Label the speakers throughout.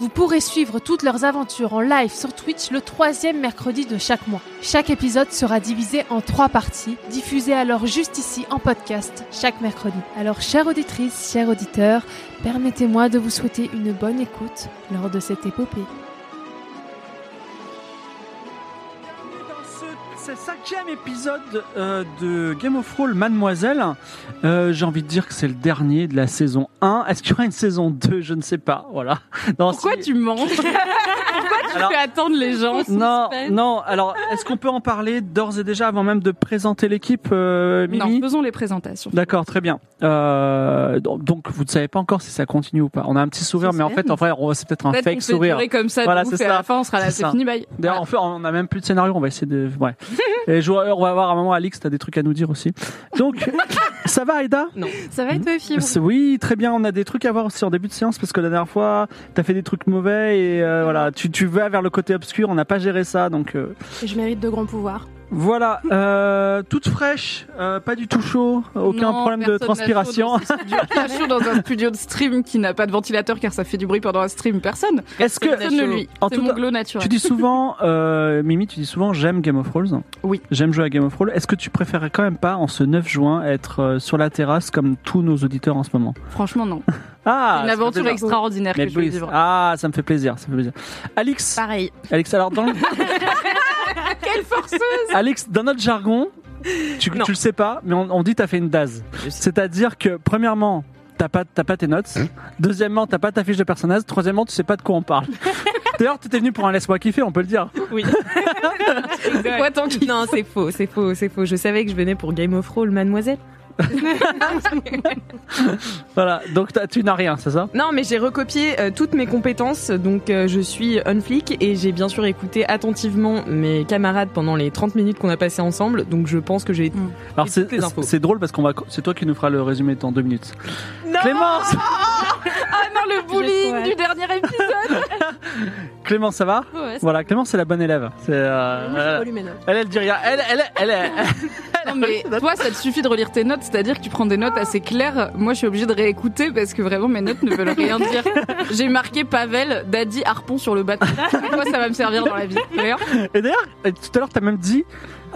Speaker 1: Vous pourrez suivre toutes leurs aventures en live sur Twitch le troisième mercredi de chaque mois. Chaque épisode sera divisé en trois parties, diffusées alors juste ici en podcast chaque mercredi. Alors, chère auditrice, chers auditeurs, permettez-moi de vous souhaiter une bonne écoute lors de cette épopée.
Speaker 2: C'est le cinquième épisode euh, de Game of Thrones Mademoiselle. Euh, J'ai envie de dire que c'est le dernier de la saison 1. Est-ce qu'il y aura une saison 2 Je ne sais pas. Voilà. Non,
Speaker 3: Pourquoi
Speaker 2: c'est-
Speaker 3: tu mens Pourquoi tu
Speaker 2: Alors-
Speaker 3: fais attendre les gens
Speaker 2: Non, non. Alors, est-ce qu'on peut en parler d'ores et déjà avant même de présenter l'équipe, euh, Mimi
Speaker 3: Non, faisons les présentations.
Speaker 2: D'accord, très bien. Euh, donc, donc, vous ne savez pas encore si ça continue ou pas. On a un petit sourire, mais en fait, en vrai, on- c'est peut-être un
Speaker 3: Peut-être qu'on
Speaker 2: fake
Speaker 3: fait
Speaker 2: sourire.
Speaker 3: durer comme ça, de
Speaker 2: Voilà,
Speaker 3: ouf,
Speaker 2: c'est
Speaker 3: et à
Speaker 2: ça.
Speaker 3: la fin on sera là,
Speaker 2: C'est
Speaker 3: c'est
Speaker 2: ça.
Speaker 3: fini, bye.
Speaker 2: D'ailleurs, en fait, on n'a même plus de scénario, on va essayer de. Ouais. Et joueurs, on va voir à un moment, Alix, t'as des trucs à nous dire aussi. Donc, ça va, Aïda
Speaker 3: Ça va et toi, Fibre
Speaker 2: C'est- Oui, très bien. On a des trucs à voir aussi en début de séance parce que la dernière fois, t'as fait des trucs mauvais et euh,
Speaker 3: Ah.
Speaker 2: voilà, tu, tu vas vers le côté obscur. On n'a pas géré ça, donc euh,
Speaker 4: Et je mérite de grands pouvoirs.
Speaker 2: voilà. Euh, toute fraîche, euh, pas du tout chaud, aucun
Speaker 3: Non,
Speaker 2: problème de
Speaker 3: personne n'a
Speaker 2: transpiration.
Speaker 3: chaud dans ce studio. Pas chaud dans un studio de stream qui n'a pas de ventilateur car ça fait du bruit pendant un stream, personne.
Speaker 2: Est-ce que
Speaker 3: Personne ne lui.
Speaker 2: En
Speaker 3: C'est
Speaker 2: tout
Speaker 3: mon
Speaker 2: cas,
Speaker 3: glow
Speaker 2: tu
Speaker 3: naturel.
Speaker 2: dis souvent, euh, Mimi, tu dis souvent, j'aime Game of Thrones.
Speaker 3: Oui.
Speaker 2: J'aime jouer à Game of Thrones. Est-ce que tu préférais quand même pas en ce 9 juin être euh, sur la terrasse comme tous nos auditeurs en ce moment
Speaker 3: Franchement, non.
Speaker 2: Ah,
Speaker 3: Une
Speaker 2: ça fait
Speaker 3: aventure
Speaker 2: plaisir.
Speaker 3: extraordinaire
Speaker 2: Mais
Speaker 3: que je vais
Speaker 2: oui,
Speaker 3: vivre. Ah.
Speaker 2: ah, ça me fait plaisir, ça me fait plaisir. Alix,
Speaker 4: Pareil.
Speaker 2: Alix, alors dans le-
Speaker 3: Quelle force
Speaker 2: Alex, dans notre jargon, tu, tu le sais pas, mais on, on dit t'as fait une daze. C'est-à-dire que, premièrement, t'as pas, t'as pas tes notes. Deuxièmement, t'as pas ta fiche de personnage. Troisièmement, tu sais pas de quoi on parle. D'ailleurs, t'étais venu pour un laisse-moi kiffer, on peut le dire.
Speaker 3: C'est quoi tant qu'il
Speaker 5: Non, c'est faux, c'est faux, c'est faux. Je savais que je venais pour Game of Roll, mademoiselle.
Speaker 2: Voilà, donc t'as- tu n'as rien, c'est ça
Speaker 5: Non, mais j'ai recopié euh, toutes mes compétences, donc euh, je suis un flic et j'ai bien sûr écouté attentivement mes camarades pendant les 30 minutes qu'on a passées ensemble, donc je pense que j'ai...
Speaker 2: Alors
Speaker 5: Et
Speaker 2: c'est
Speaker 5: toutes les infos.
Speaker 2: c'est drôle parce qu'on va, c'est toi qui nous fera le résumé dans deux minutes. Clémence,
Speaker 3: Ah non, le bullying du dernier épisode
Speaker 2: Clémence, ça va
Speaker 3: Ouais,
Speaker 2: Voilà, Clémence, c'est la bonne élève. C'est, euh, elle, elle, elle dit rien. Elle, elle, elle, elle-
Speaker 3: Non mais toi, ça te suffit de relire tes notes, c'est-à-dire que tu prends des notes assez claires. Moi, je suis obligée de réécouter parce que vraiment mes notes ne veulent rien dire. J'ai marqué Pavel, Daddy, Harpon sur le bateau. Moi, ça va me servir dans la vie. D'ailleurs,
Speaker 2: Et d'ailleurs, euh, tout à l'heure, t'as même dit,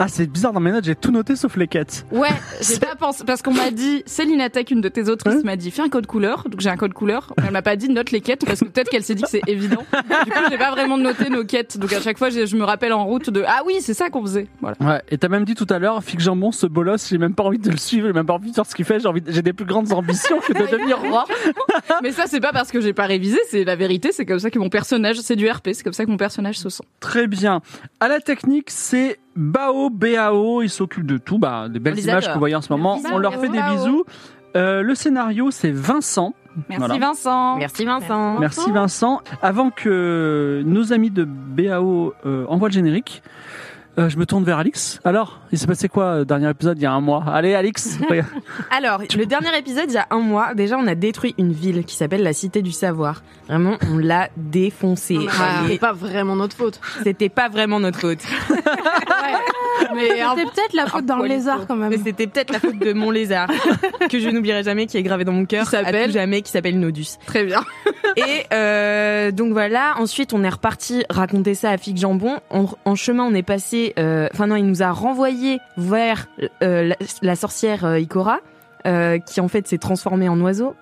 Speaker 2: ah, c'est bizarre dans mes notes, j'ai tout noté sauf les quêtes.
Speaker 3: ouais, j'ai pas pensé parce qu'on m'a dit Céline Attaque, une de tes autrices, m'a dit fais un code couleur. Donc j'ai un code couleur. Mais elle m'a pas dit note les quêtes parce que peut-être qu'elle s'est dit que c'est évident. Du coup, j'ai pas vraiment noté nos quêtes. Donc à chaque fois, j'ai- je me rappelle en route de ah oui, c'est ça qu'on faisait. Voilà.
Speaker 2: Ouais, et t'as même dit tout à l'heure, Fic Jambon, ce bolos, j'ai même pas envie de le suivre, j'ai même pas envie de voir ce qu'il fait, j'ai envie, de- j'ai des plus grandes ambitions que de devenir roi.
Speaker 3: Mais ça, c'est pas parce que j'ai pas révisé. C'est la vérité. C'est comme ça que mon personnage, c'est du RP. C'est comme ça que mon personnage se sent.
Speaker 2: Très bien. À la technique, c'est Bao Bao, il s'occupe de tout, bah, des belles
Speaker 3: les
Speaker 2: images
Speaker 3: adore.
Speaker 2: que vous voyez en ce moment,
Speaker 4: Bisous,
Speaker 2: on leur fait des
Speaker 3: Bao.
Speaker 2: bisous. Euh, le scénario, c'est Vincent.
Speaker 3: Merci
Speaker 2: Voilà.
Speaker 3: Vincent.
Speaker 5: Merci Vincent
Speaker 2: Merci Vincent. Avant que nos amis de BAO euh, envoient le générique, euh, je me tourne vers Alix. Alors, il s'est passé quoi, euh, dernier épisode, il y a un mois Allez, Alix regarde.
Speaker 5: Alors, le dernier épisode, il y a un mois, déjà on a détruit une ville qui s'appelle la Cité du Savoir. Vraiment, on l'a défoncée.
Speaker 3: Ah.
Speaker 5: Elle
Speaker 4: C'est
Speaker 5: est-
Speaker 4: pas vraiment notre faute.
Speaker 5: C'était pas vraiment notre faute.
Speaker 3: Mais
Speaker 4: C'était peut-être la faute d'un
Speaker 3: poil
Speaker 4: lézard quand même.
Speaker 5: Mais c'était peut-être la faute de mon lézard, que je n'oublierai jamais, qui est gravé dans mon cœur,
Speaker 3: Qui s'appelle
Speaker 5: à tout jamais, qui s'appelle Nodus.
Speaker 3: très bien.
Speaker 5: Et euh, donc voilà, ensuite on est reparti raconter ça à Fig Jambon. En, en chemin, on est passé, euh, enfin non, il nous a renvoyé vers euh, la, la sorcière euh, Ikora, euh, qui en fait s'est transformée en oiseau.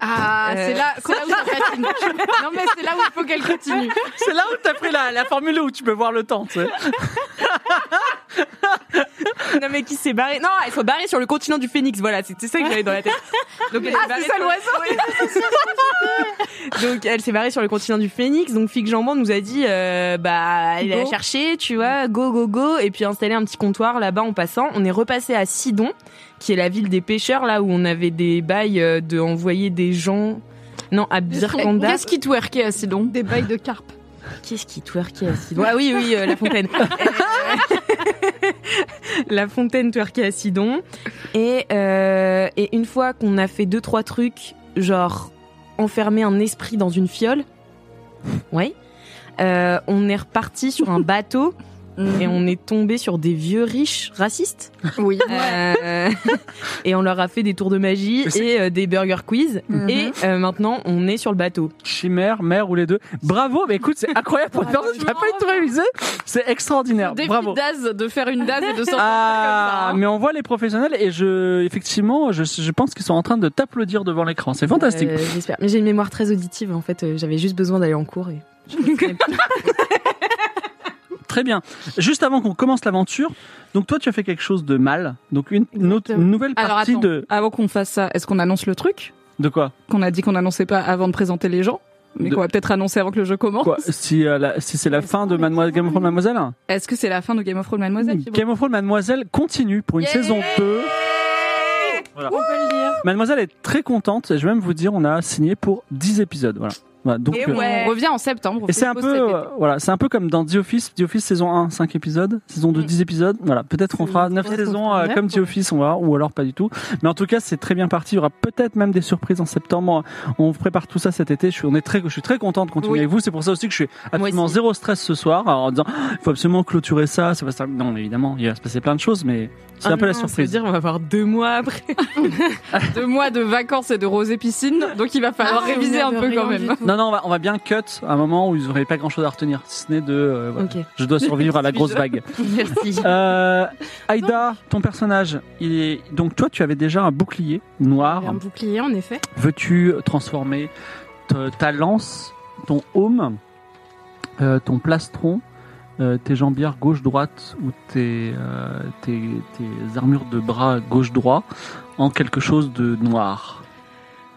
Speaker 3: Ah,
Speaker 5: Euh,
Speaker 3: c'est là, c'est là où ça patine. Non mais c'est là où il faut qu'elle continue.
Speaker 2: C'est là où t'as pris la, la formule où tu peux voir le temps. tu sais.
Speaker 5: mais qui s'est barrée. Non, elle soit barrée sur le continent du Phénix. Voilà, c'est c'est ça que j'avais dans la tête. Donc, elle s'est barrée
Speaker 3: Ah, ça,
Speaker 5: sur- donc elle s'est barrée sur le continent du Phénix. Donc Fig Jambon nous a dit, euh, bah, elle a
Speaker 3: Go.
Speaker 5: cherché, tu vois, go go go, et puis installer un petit comptoir là-bas en passant. On est repassé à Sidon, qui est la ville des pêcheurs là où on avait des bails euh, de envoyer des gens. Non, à Birkanda.
Speaker 3: Qu'est-ce qui twerkait à Sidon
Speaker 4: Des bails de carpe.
Speaker 5: Qu'est-ce qui twerkait à Sidon Ah oui, oui, euh, la fontaine. la fontaine twerkait à Sidon. Et, euh, et une fois qu'on a fait deux, trois trucs, genre enfermer un esprit dans une fiole, ouais, euh, on est reparti sur un bateau et on est tombé sur des vieux riches racistes.
Speaker 3: Oui.
Speaker 5: Euh, et on leur a fait des tours de magie
Speaker 2: Mais c'est-
Speaker 5: et euh, des burger quiz.
Speaker 3: Mhm.
Speaker 5: Et euh, maintenant, on est sur le bateau.
Speaker 2: Chimère, mère ou les deux. Bravo, mais écoute, c'est incroyable pour une
Speaker 3: Bravo,
Speaker 2: personne qui
Speaker 3: tu
Speaker 2: n'a
Speaker 3: m'en
Speaker 2: pas été révisée. C'est extraordinaire.
Speaker 3: Défi
Speaker 2: Bravo.
Speaker 3: d'Az de faire une Daz et de sortir
Speaker 2: Ah,
Speaker 3: comme ça. hein.
Speaker 2: mais on voit les professionnels et je, effectivement, je, je pense qu'ils sont en train de t'applaudir devant l'écran. C'est fantastique.
Speaker 5: Euh, J'espère. Mais j'ai une mémoire très auditive en fait. euh, J'avais juste besoin d'aller en cours. Et...
Speaker 2: Ah, Très bien. Juste avant qu'on commence l'aventure, donc toi, tu as fait quelque chose de mal. Donc une, une autre, une nouvelle
Speaker 3: Alors
Speaker 2: partie
Speaker 3: attends,
Speaker 2: de
Speaker 3: avant qu'on fasse ça, est-ce qu'on annonce le truc
Speaker 2: de quoi
Speaker 3: qu'on a dit qu'on annonçait pas avant de présenter les gens mais
Speaker 2: De-
Speaker 3: qu'on va peut-être annoncer avant que le jeu commence.
Speaker 2: Quoi Si, euh, la- si c'est la fin de Mademoiselle Game of Thrones Mademoiselle
Speaker 3: Est-ce que c'est la fin de Game of Thrones Mademoiselle Thibaut
Speaker 2: Game of Thrones Mademoiselle continue pour une
Speaker 3: Yeah
Speaker 2: saison 2. Voilà. Mademoiselle est très contente. et Je vais même vous dire, on a signé pour 10 épisodes. Voilà. Voilà, donc,
Speaker 5: Et
Speaker 2: euh,
Speaker 5: ouais.
Speaker 3: On revient en septembre.
Speaker 2: Et c'est un
Speaker 3: Faut
Speaker 2: peu,
Speaker 3: se poser cet
Speaker 2: euh,
Speaker 3: été.
Speaker 2: voilà, c'est un peu comme dans The Office, The Office saison 1, 5 épisodes, saison 2,
Speaker 3: Mm.
Speaker 2: 10 épisodes. Voilà, peut-être qu'on fera 9
Speaker 4: peut-être qu'on
Speaker 2: saisons
Speaker 4: fera
Speaker 2: euh,
Speaker 4: neuf,
Speaker 2: comme The
Speaker 4: ouais.
Speaker 2: Office, on va, ou alors pas du tout. Mais en tout cas, c'est très bien parti. Il y aura peut-être même des surprises en septembre. On prépare tout ça cet été. Je suis, on est très, je suis très content de continuer
Speaker 3: Oui.
Speaker 2: avec vous. C'est pour ça aussi que je suis absolument
Speaker 5: aussi.
Speaker 2: zéro stress ce soir, alors en disant, Ah, il faut absolument clôturer ça. ça, va- ça- Non, mais évidemment, il va se passer plein de choses, mais
Speaker 5: Ah
Speaker 2: c'est un peu la surprise.
Speaker 5: dire, on va avoir deux mois après.
Speaker 3: Deux mois de vacances et de rosée piscine, donc il va falloir
Speaker 4: Ah,
Speaker 3: réviser
Speaker 4: on
Speaker 3: un
Speaker 4: vient
Speaker 3: peu
Speaker 4: de
Speaker 3: quand
Speaker 4: rien
Speaker 3: même.
Speaker 4: du tout.
Speaker 2: Non, non, on va, on va bien cut à un moment où ils n'auraient pas grand chose à retenir, si ce n'est de, euh, voilà,
Speaker 5: Ok.
Speaker 2: je dois survivre à la grosse vague.
Speaker 5: Merci.
Speaker 2: Euh, Aïda, ton personnage, il est... donc toi tu avais déjà un bouclier noir.
Speaker 4: Un bouclier, en effet.
Speaker 2: Veux-tu transformer te- ta lance, ton home, euh, ton plastron, euh, tes jambières gauche-droite ou tes, euh, tes, tes armures de bras gauche-droit en quelque chose de noir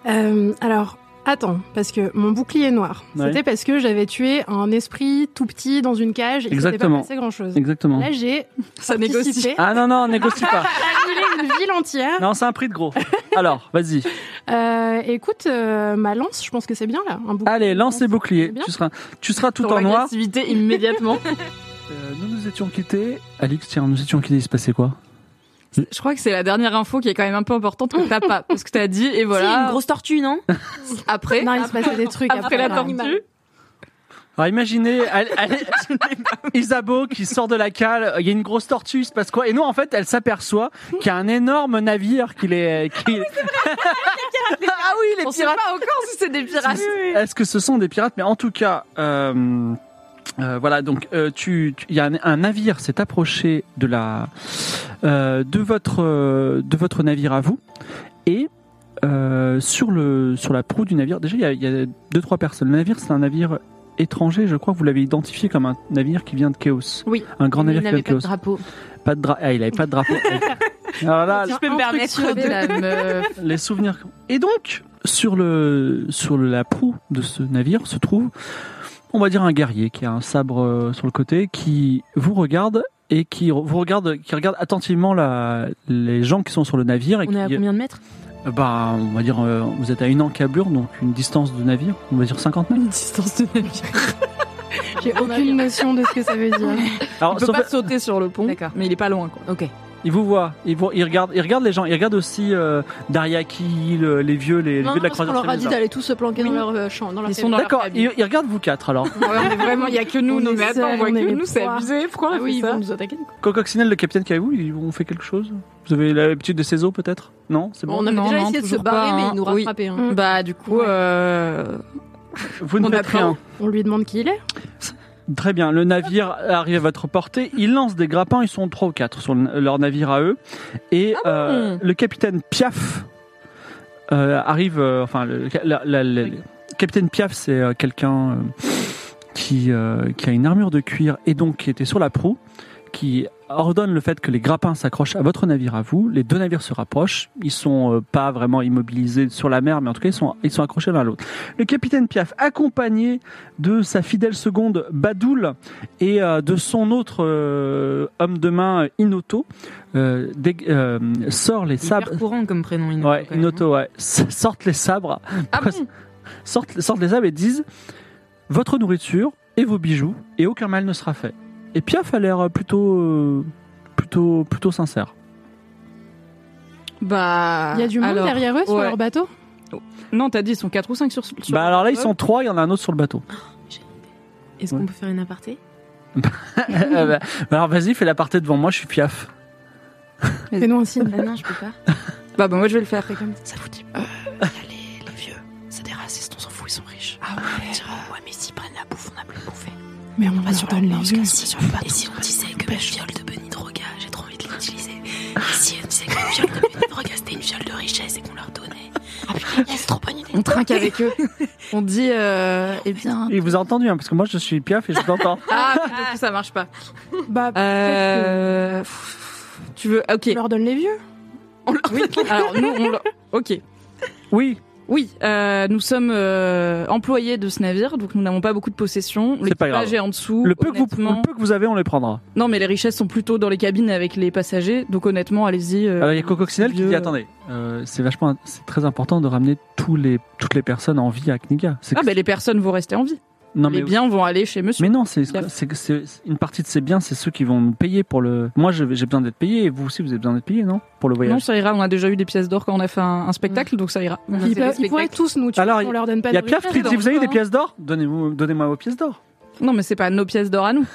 Speaker 4: Euh, alors, attends, parce que mon bouclier noir,
Speaker 2: Ouais.
Speaker 4: c'était parce que j'avais tué un esprit tout petit dans une cage et
Speaker 2: Exactement.
Speaker 4: il s'était pas passé grand-chose.
Speaker 2: Exactement.
Speaker 4: Là, j'ai
Speaker 3: Ça négocie.
Speaker 4: participé à
Speaker 2: Ah non, non, négocie pas.
Speaker 4: annuler une ville entière.
Speaker 2: Non, c'est un prix de gros. Alors, vas-y.
Speaker 4: Euh, écoute, euh, ma lance, je pense que c'est bien là. Un bouclier.
Speaker 2: Allez, lance les boucliers.
Speaker 4: C'est bien.
Speaker 2: Tu seras, tu seras tout
Speaker 3: Ton
Speaker 2: en noir.
Speaker 3: agressivité immédiatement.
Speaker 2: Euh, nous nous étions quittés. Alix, tiens, nous nous étions quittés. Il se passait quoi
Speaker 3: Je crois que c'est la dernière info qui est quand même un peu importante que t'as pas, parce que t'as dit et
Speaker 5: C'est une
Speaker 3: voilà.
Speaker 5: grosse tortue, non
Speaker 3: Après,
Speaker 4: Non, il se passait des trucs hein.
Speaker 3: après la
Speaker 4: là.
Speaker 3: tortue,
Speaker 2: Alors imaginez elle- elle- Isabeau qui sort de la cale, il y a une grosse tortue, il se passe quoi Et non, en fait, elle s'aperçoit qu'il y a un énorme navire qui les... Qui... ah oui, les
Speaker 3: on sait pas encore si c'est des pirates.
Speaker 2: Est-ce que ce sont des pirates Mais en tout cas, euh, euh, voilà, donc euh, tu, tu- il y a un, un navire s'est approché de la euh, de votre euh, de votre navire à vous et euh, sur le sur la proue du navire. Déjà, il y a, il y a deux trois personnes. Le navire, c'est un navire étranger, je crois que vous l'avez identifié comme un navire qui vient de Chaos.
Speaker 4: Oui.
Speaker 2: Un grand navire qui vient de
Speaker 5: Il n'avait pas
Speaker 2: Chaos.
Speaker 5: de drapeau.
Speaker 2: Pas de dra- ah, il avait pas de drapeau. Alors là,
Speaker 5: Si je peux me permettre. Euh,
Speaker 2: les souvenirs. Et donc, sur, le, sur la proue de ce navire se trouve, on va dire, un guerrier qui a un sabre euh, sur le côté, qui vous regarde et qui re- vous regarde, qui regarde attentivement la, les gens qui sont sur le navire. Et
Speaker 5: On est à
Speaker 2: qui,
Speaker 5: combien de mètres
Speaker 2: euh, bah, on va dire, euh, vous êtes à une encablure, donc une distance de navire, on va dire 50 mètres.
Speaker 3: Une distance de navire.
Speaker 4: J'ai aucune notion de ce que ça veut dire.
Speaker 2: Alors,
Speaker 3: Il peut
Speaker 2: sauf-
Speaker 3: pas sauter sur le pont,
Speaker 5: D'accord.
Speaker 3: mais il est pas loin quoi.
Speaker 5: Ok.
Speaker 2: il vous voit, il, vous- il regarde, il regarde les gens, il regarde aussi euh, Dariaki, le- les vieux, les, les
Speaker 4: Non,
Speaker 2: vieux de la
Speaker 4: parce qu'on
Speaker 2: croisière.
Speaker 4: leur a
Speaker 2: c'est
Speaker 4: dit
Speaker 2: bizarre.
Speaker 4: d'aller tous se planquer dans leur euh, champ, dans leur
Speaker 3: Ils sont
Speaker 4: cabine.
Speaker 3: dans leur
Speaker 2: D'accord,
Speaker 3: cabine.
Speaker 2: il, il regarde vous quatre alors.
Speaker 3: Ouais, on est vraiment, il y a que nous,
Speaker 4: On
Speaker 3: non
Speaker 4: est
Speaker 3: mais attends, on
Speaker 4: seuls,
Speaker 3: voit
Speaker 4: on est
Speaker 3: que
Speaker 4: les
Speaker 3: nous, c'est
Speaker 4: proies.
Speaker 3: abusé. Pourquoi on a
Speaker 4: Ah
Speaker 3: fait
Speaker 4: oui, ils
Speaker 3: ça
Speaker 4: vont nous attaquer. quoi.
Speaker 2: Cococcinelle, le capitaine qui est avec vous, ils ont fait quelque chose Vous avez l'habitude de ces eaux peut-être Non, c'est bon.
Speaker 3: On
Speaker 4: On avait
Speaker 3: Non,
Speaker 4: déjà
Speaker 3: non,
Speaker 4: essayé de se
Speaker 3: toujours pas,
Speaker 4: barrer, mais
Speaker 3: hein.
Speaker 4: ils nous
Speaker 3: Oui.
Speaker 4: rattrapaient. hein.
Speaker 3: Bah du coup,
Speaker 4: Ouais.
Speaker 3: euh,
Speaker 2: Vous ne
Speaker 3: on
Speaker 2: faites
Speaker 3: apprend.
Speaker 2: rien.
Speaker 4: On lui demande qui il est.
Speaker 2: Très bien, le navire arrive à votre portée, il lance des grappins, ils sont trois ou quatre sur le- leur navire à eux. Et
Speaker 3: Ah
Speaker 2: euh, le capitaine Piaf euh, arrive, euh, enfin, le, la- la- la- le capitaine Piaf c'est euh, quelqu'un euh, qui, euh, qui a une armure de cuir et donc qui était sur la proue, qui ordonne le fait que les grappins s'accrochent à votre navire à vous. Les deux navires se rapprochent. Ils sont euh, pas vraiment immobilisés sur la mer, mais en tout cas, ils sont, ils sont accrochés l'un à l'autre. Le capitaine Piaf, accompagné de sa fidèle seconde Badoul et euh, de son autre euh, homme de main Inoto, euh, dég- euh, sort les sabres.
Speaker 5: Hyper courant comme prénom, Inoto.
Speaker 2: Ouais,
Speaker 5: quand même, hein.
Speaker 2: Inoto, ouais. Sortent les sabres.
Speaker 3: Ah bon
Speaker 2: sortent, sortent les sabres et disent votre nourriture et vos bijoux et aucun mal ne sera fait. Et Piaf a l'air plutôt, euh, plutôt, plutôt sincère.
Speaker 3: Bah.
Speaker 4: Il y a du monde
Speaker 3: alors-
Speaker 4: derrière eux sur
Speaker 3: ouais.
Speaker 4: leur bateau
Speaker 3: Non, t'as dit, ils sont 4 ou 5 sur. sur
Speaker 2: bah alors là ils
Speaker 3: Ouais.
Speaker 2: sont trois, il y en a un autre sur le bateau.
Speaker 5: Oh, hein. Est-ce qu'on peut faire une aparté
Speaker 2: Euh, bah, alors vas-y, fais la partie devant moi, je suis Piaf.
Speaker 4: Fais-nous un signe.
Speaker 5: Ah non, je peux pas.
Speaker 3: Bah, bah, moi je vais le faire.
Speaker 6: Ça vous dit euh, y a les, les vieux, c'est des racistes, on s'en fout, ils sont riches. Ah ouais Ouais, mais s'ils prennent la bouffe, on a plus de bouffer.
Speaker 4: Mais on
Speaker 6: Pas
Speaker 4: va
Speaker 6: sur
Speaker 4: sur
Speaker 6: la
Speaker 4: les
Speaker 6: on se
Speaker 4: yeux.
Speaker 6: casse pas sur le bateau. Et si on disait que hein. le viol de Benny Droga, j'ai trop envie de l'utiliser. Et si on disait que le viol de Benny Droga, c'était une viol de richesse et qu'on leur donnait. Ah putain, yes, trop bonne idée.
Speaker 3: On trinque avec eux. On dit. Euh, eh bien.
Speaker 2: Il vous a entendu, hein, parce que moi je suis Piaf et je t'entends.
Speaker 3: Ah, du coup, ça marche pas.
Speaker 4: Bah,
Speaker 6: Ah.
Speaker 4: peut-être
Speaker 3: Euh. pff, Tu veux. ah, Ok.
Speaker 4: qu'on leur donne les vieux.
Speaker 3: Oui. Alors, nous, on le- Ok.
Speaker 2: Oui,
Speaker 3: Oui, euh, nous sommes euh, employés de ce navire, donc nous n'avons pas beaucoup de possessions.
Speaker 2: C'est pas
Speaker 3: L'équipage
Speaker 2: grave.
Speaker 3: est en dessous.
Speaker 2: le peu, que vous,
Speaker 3: honnêtement.
Speaker 2: le peu que vous avez, on les prendra.
Speaker 3: Non, mais les richesses sont plutôt dans les cabines avec les passagers, donc honnêtement, allez-y. euh,
Speaker 2: Alors, Ah, il y a Coco Coccinelle qui
Speaker 3: vieux,
Speaker 2: dit
Speaker 3: euh,
Speaker 2: attendez, euh, c'est vachement, c'est très important de ramener tous les, toutes les personnes en vie à Kniga. C'est
Speaker 3: Ah,
Speaker 2: que-
Speaker 3: bah les personnes vont rester en vie.
Speaker 2: non
Speaker 3: les biens vont aller chez monsieur.
Speaker 2: Mais non, c'est
Speaker 3: Piaf.
Speaker 2: c'est- c'est- c'est- une partie de ces biens, c'est ceux qui vont nous payer pour le. Moi, je- j'ai besoin d'être payé et vous aussi, vous avez besoin d'être payé, non Pour le
Speaker 3: Non,
Speaker 2: voyage.
Speaker 3: ça ira. On a déjà eu des pièces d'or quand on a fait un, un spectacle, donc ça ira. On a fait
Speaker 4: Ils,
Speaker 3: des
Speaker 4: peuvent- ils
Speaker 3: spectacles.
Speaker 4: pourraient tous nous tuer.
Speaker 2: Alors,
Speaker 4: on leur donne pas
Speaker 2: Il y a
Speaker 4: de
Speaker 2: Piaf qui
Speaker 4: nourriture.
Speaker 2: dit Vous avez
Speaker 3: hein.
Speaker 2: des pièces d'or Donnez-vous- Donnez-moi vos pièces d'or.
Speaker 3: Non, mais c'est pas nos pièces d'or à nous.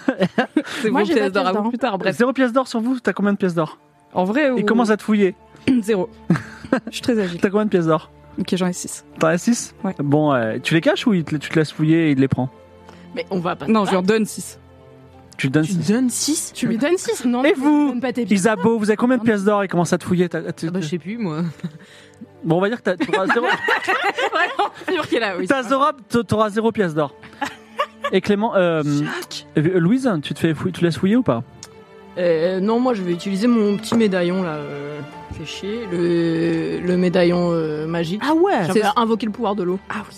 Speaker 3: c'est
Speaker 4: Moi,
Speaker 3: vos
Speaker 4: j'ai pas de
Speaker 3: pièces d'or à
Speaker 4: pièces
Speaker 3: vous
Speaker 4: d'or.
Speaker 3: plus tard. Bref, Oh.
Speaker 2: Zéro pièce d'or sur vous T'as combien de pièces d'or
Speaker 3: en vrai,
Speaker 2: Et
Speaker 3: ou-
Speaker 2: commence à te fouiller.
Speaker 3: zéro. Je suis très agile.
Speaker 2: T'as combien de pièces d'or
Speaker 3: Ok, j'en ai six.
Speaker 2: T'en as 6
Speaker 3: Ouais.
Speaker 2: Bon, euh, tu les caches ou il te- tu te laisses fouiller et il les prend
Speaker 5: hein.
Speaker 6: Mais on va pas.
Speaker 3: Non, je leur donne six.
Speaker 2: Tu le donnes.
Speaker 5: Tu donnes 6
Speaker 4: Tu lui donnes 6, non
Speaker 2: Et
Speaker 4: tu
Speaker 2: vous
Speaker 4: lui donnes pas tes pieds.
Speaker 2: Isabeau, vous avez combien de pièces d'or Il commence à te fouiller. T'as- t'as-
Speaker 5: ah bah, je sais plus, moi.
Speaker 2: Bon, on va dire que t'as- t'auras zéro,
Speaker 3: Vraiment, c'est sûr qu'elle a, oui.
Speaker 2: t'as zéro, t'auras zéro pièce d'or. Et Clément, euh, euh, Louise, tu te fais fouiller, tu te laisses fouiller ou pas
Speaker 6: Euh, non, moi je vais utiliser mon petit médaillon là. euh, fait chier. Le, le médaillon euh, magique.
Speaker 5: Ah ouais
Speaker 6: J'avais invoqué le pouvoir de l'eau. Ah oui.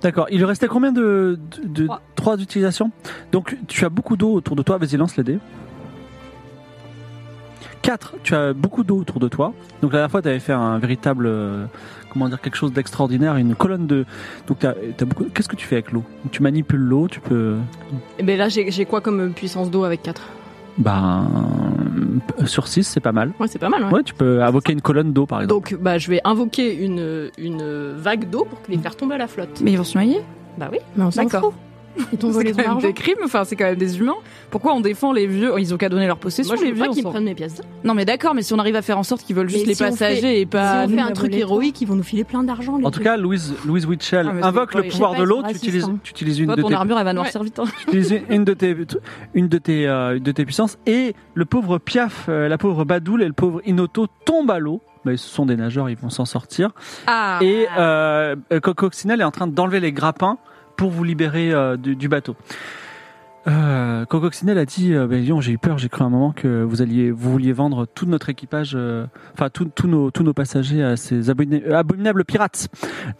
Speaker 2: D'accord. Il lui restait combien de, de, de-
Speaker 3: Trois.
Speaker 2: trois d'utilisation Donc tu as beaucoup d'eau autour de toi. Vas-y, lance les dés. 4. Tu as beaucoup d'eau autour de toi. Donc la dernière fois, tu avais fait un véritable, euh, comment dire, quelque chose d'extraordinaire, une colonne de. Donc t'as- t'as beaucoup. Qu'est-ce que tu fais avec l'eau Tu manipules l'eau. Tu peux.
Speaker 6: Et ben là j'ai j'ai quoi comme puissance d'eau avec 4
Speaker 2: Ben sur 6 c'est pas mal.
Speaker 6: Ouais, c'est pas mal. hein.
Speaker 2: Ouais, tu peux invoquer une colonne d'eau par exemple.
Speaker 6: Donc bah je vais invoquer une, une vague d'eau pour les faire tomber à la flotte.
Speaker 3: Mais ils vont se noyer.
Speaker 6: Bah oui.
Speaker 4: Mais on s'en
Speaker 3: D'accord.
Speaker 4: fout. Ils t'ont volé
Speaker 3: C'est
Speaker 4: ton
Speaker 3: quand même
Speaker 4: argent.
Speaker 3: des crimes, enfin c'est quand même des humains. Pourquoi on défend les vieux Ils ont qu'à donner leur possession,
Speaker 6: Moi je
Speaker 3: les
Speaker 6: veux
Speaker 3: vieux.
Speaker 6: pas
Speaker 3: on
Speaker 6: qu'ils
Speaker 3: s'en-
Speaker 6: prennent mes pièces. Si
Speaker 3: Non mais d'accord, mais si on arrive à faire en sorte qu'ils veulent juste
Speaker 6: Mais
Speaker 3: les
Speaker 6: si on
Speaker 3: passagers et pas...
Speaker 6: on fait
Speaker 4: nous,
Speaker 6: un
Speaker 4: la
Speaker 6: truc
Speaker 4: volée.
Speaker 6: héroïque, ils vont nous filer plein d'argent. les
Speaker 2: En tout
Speaker 6: vieux.
Speaker 2: cas, Louise, Louise Witchell
Speaker 3: Ah, mais c'est
Speaker 2: invoque le
Speaker 3: pas-
Speaker 2: pouvoir
Speaker 4: je
Speaker 2: de
Speaker 4: sais pas,
Speaker 2: l'eau.
Speaker 4: ils sont
Speaker 2: Tu utilises,
Speaker 4: racistes, hein.
Speaker 2: tu utilises une
Speaker 3: Toi,
Speaker 2: de
Speaker 3: ton
Speaker 2: tes
Speaker 3: armure, elle va noircir vite. hein.
Speaker 2: utiliser une de tes, une de tes, euh, une de tes puissances et le pauvre Piaf, euh, la pauvre Badoul et le pauvre Inoto tombent à l'eau. Mais ce sont des nageurs, ils vont s'en sortir.
Speaker 3: Ah
Speaker 2: Et euh, Cococcinelle est en train d'enlever les grappins pour vous libérer euh, du, du bateau. Euh, Cococcinelle a dit euh, Ben, disons, j'ai eu peur, j'ai cru un moment que vous alliez, vous vouliez vendre tout notre équipage, euh, enfin tous tous nos, tous nos passagers à ces abomina- euh, abominables pirates.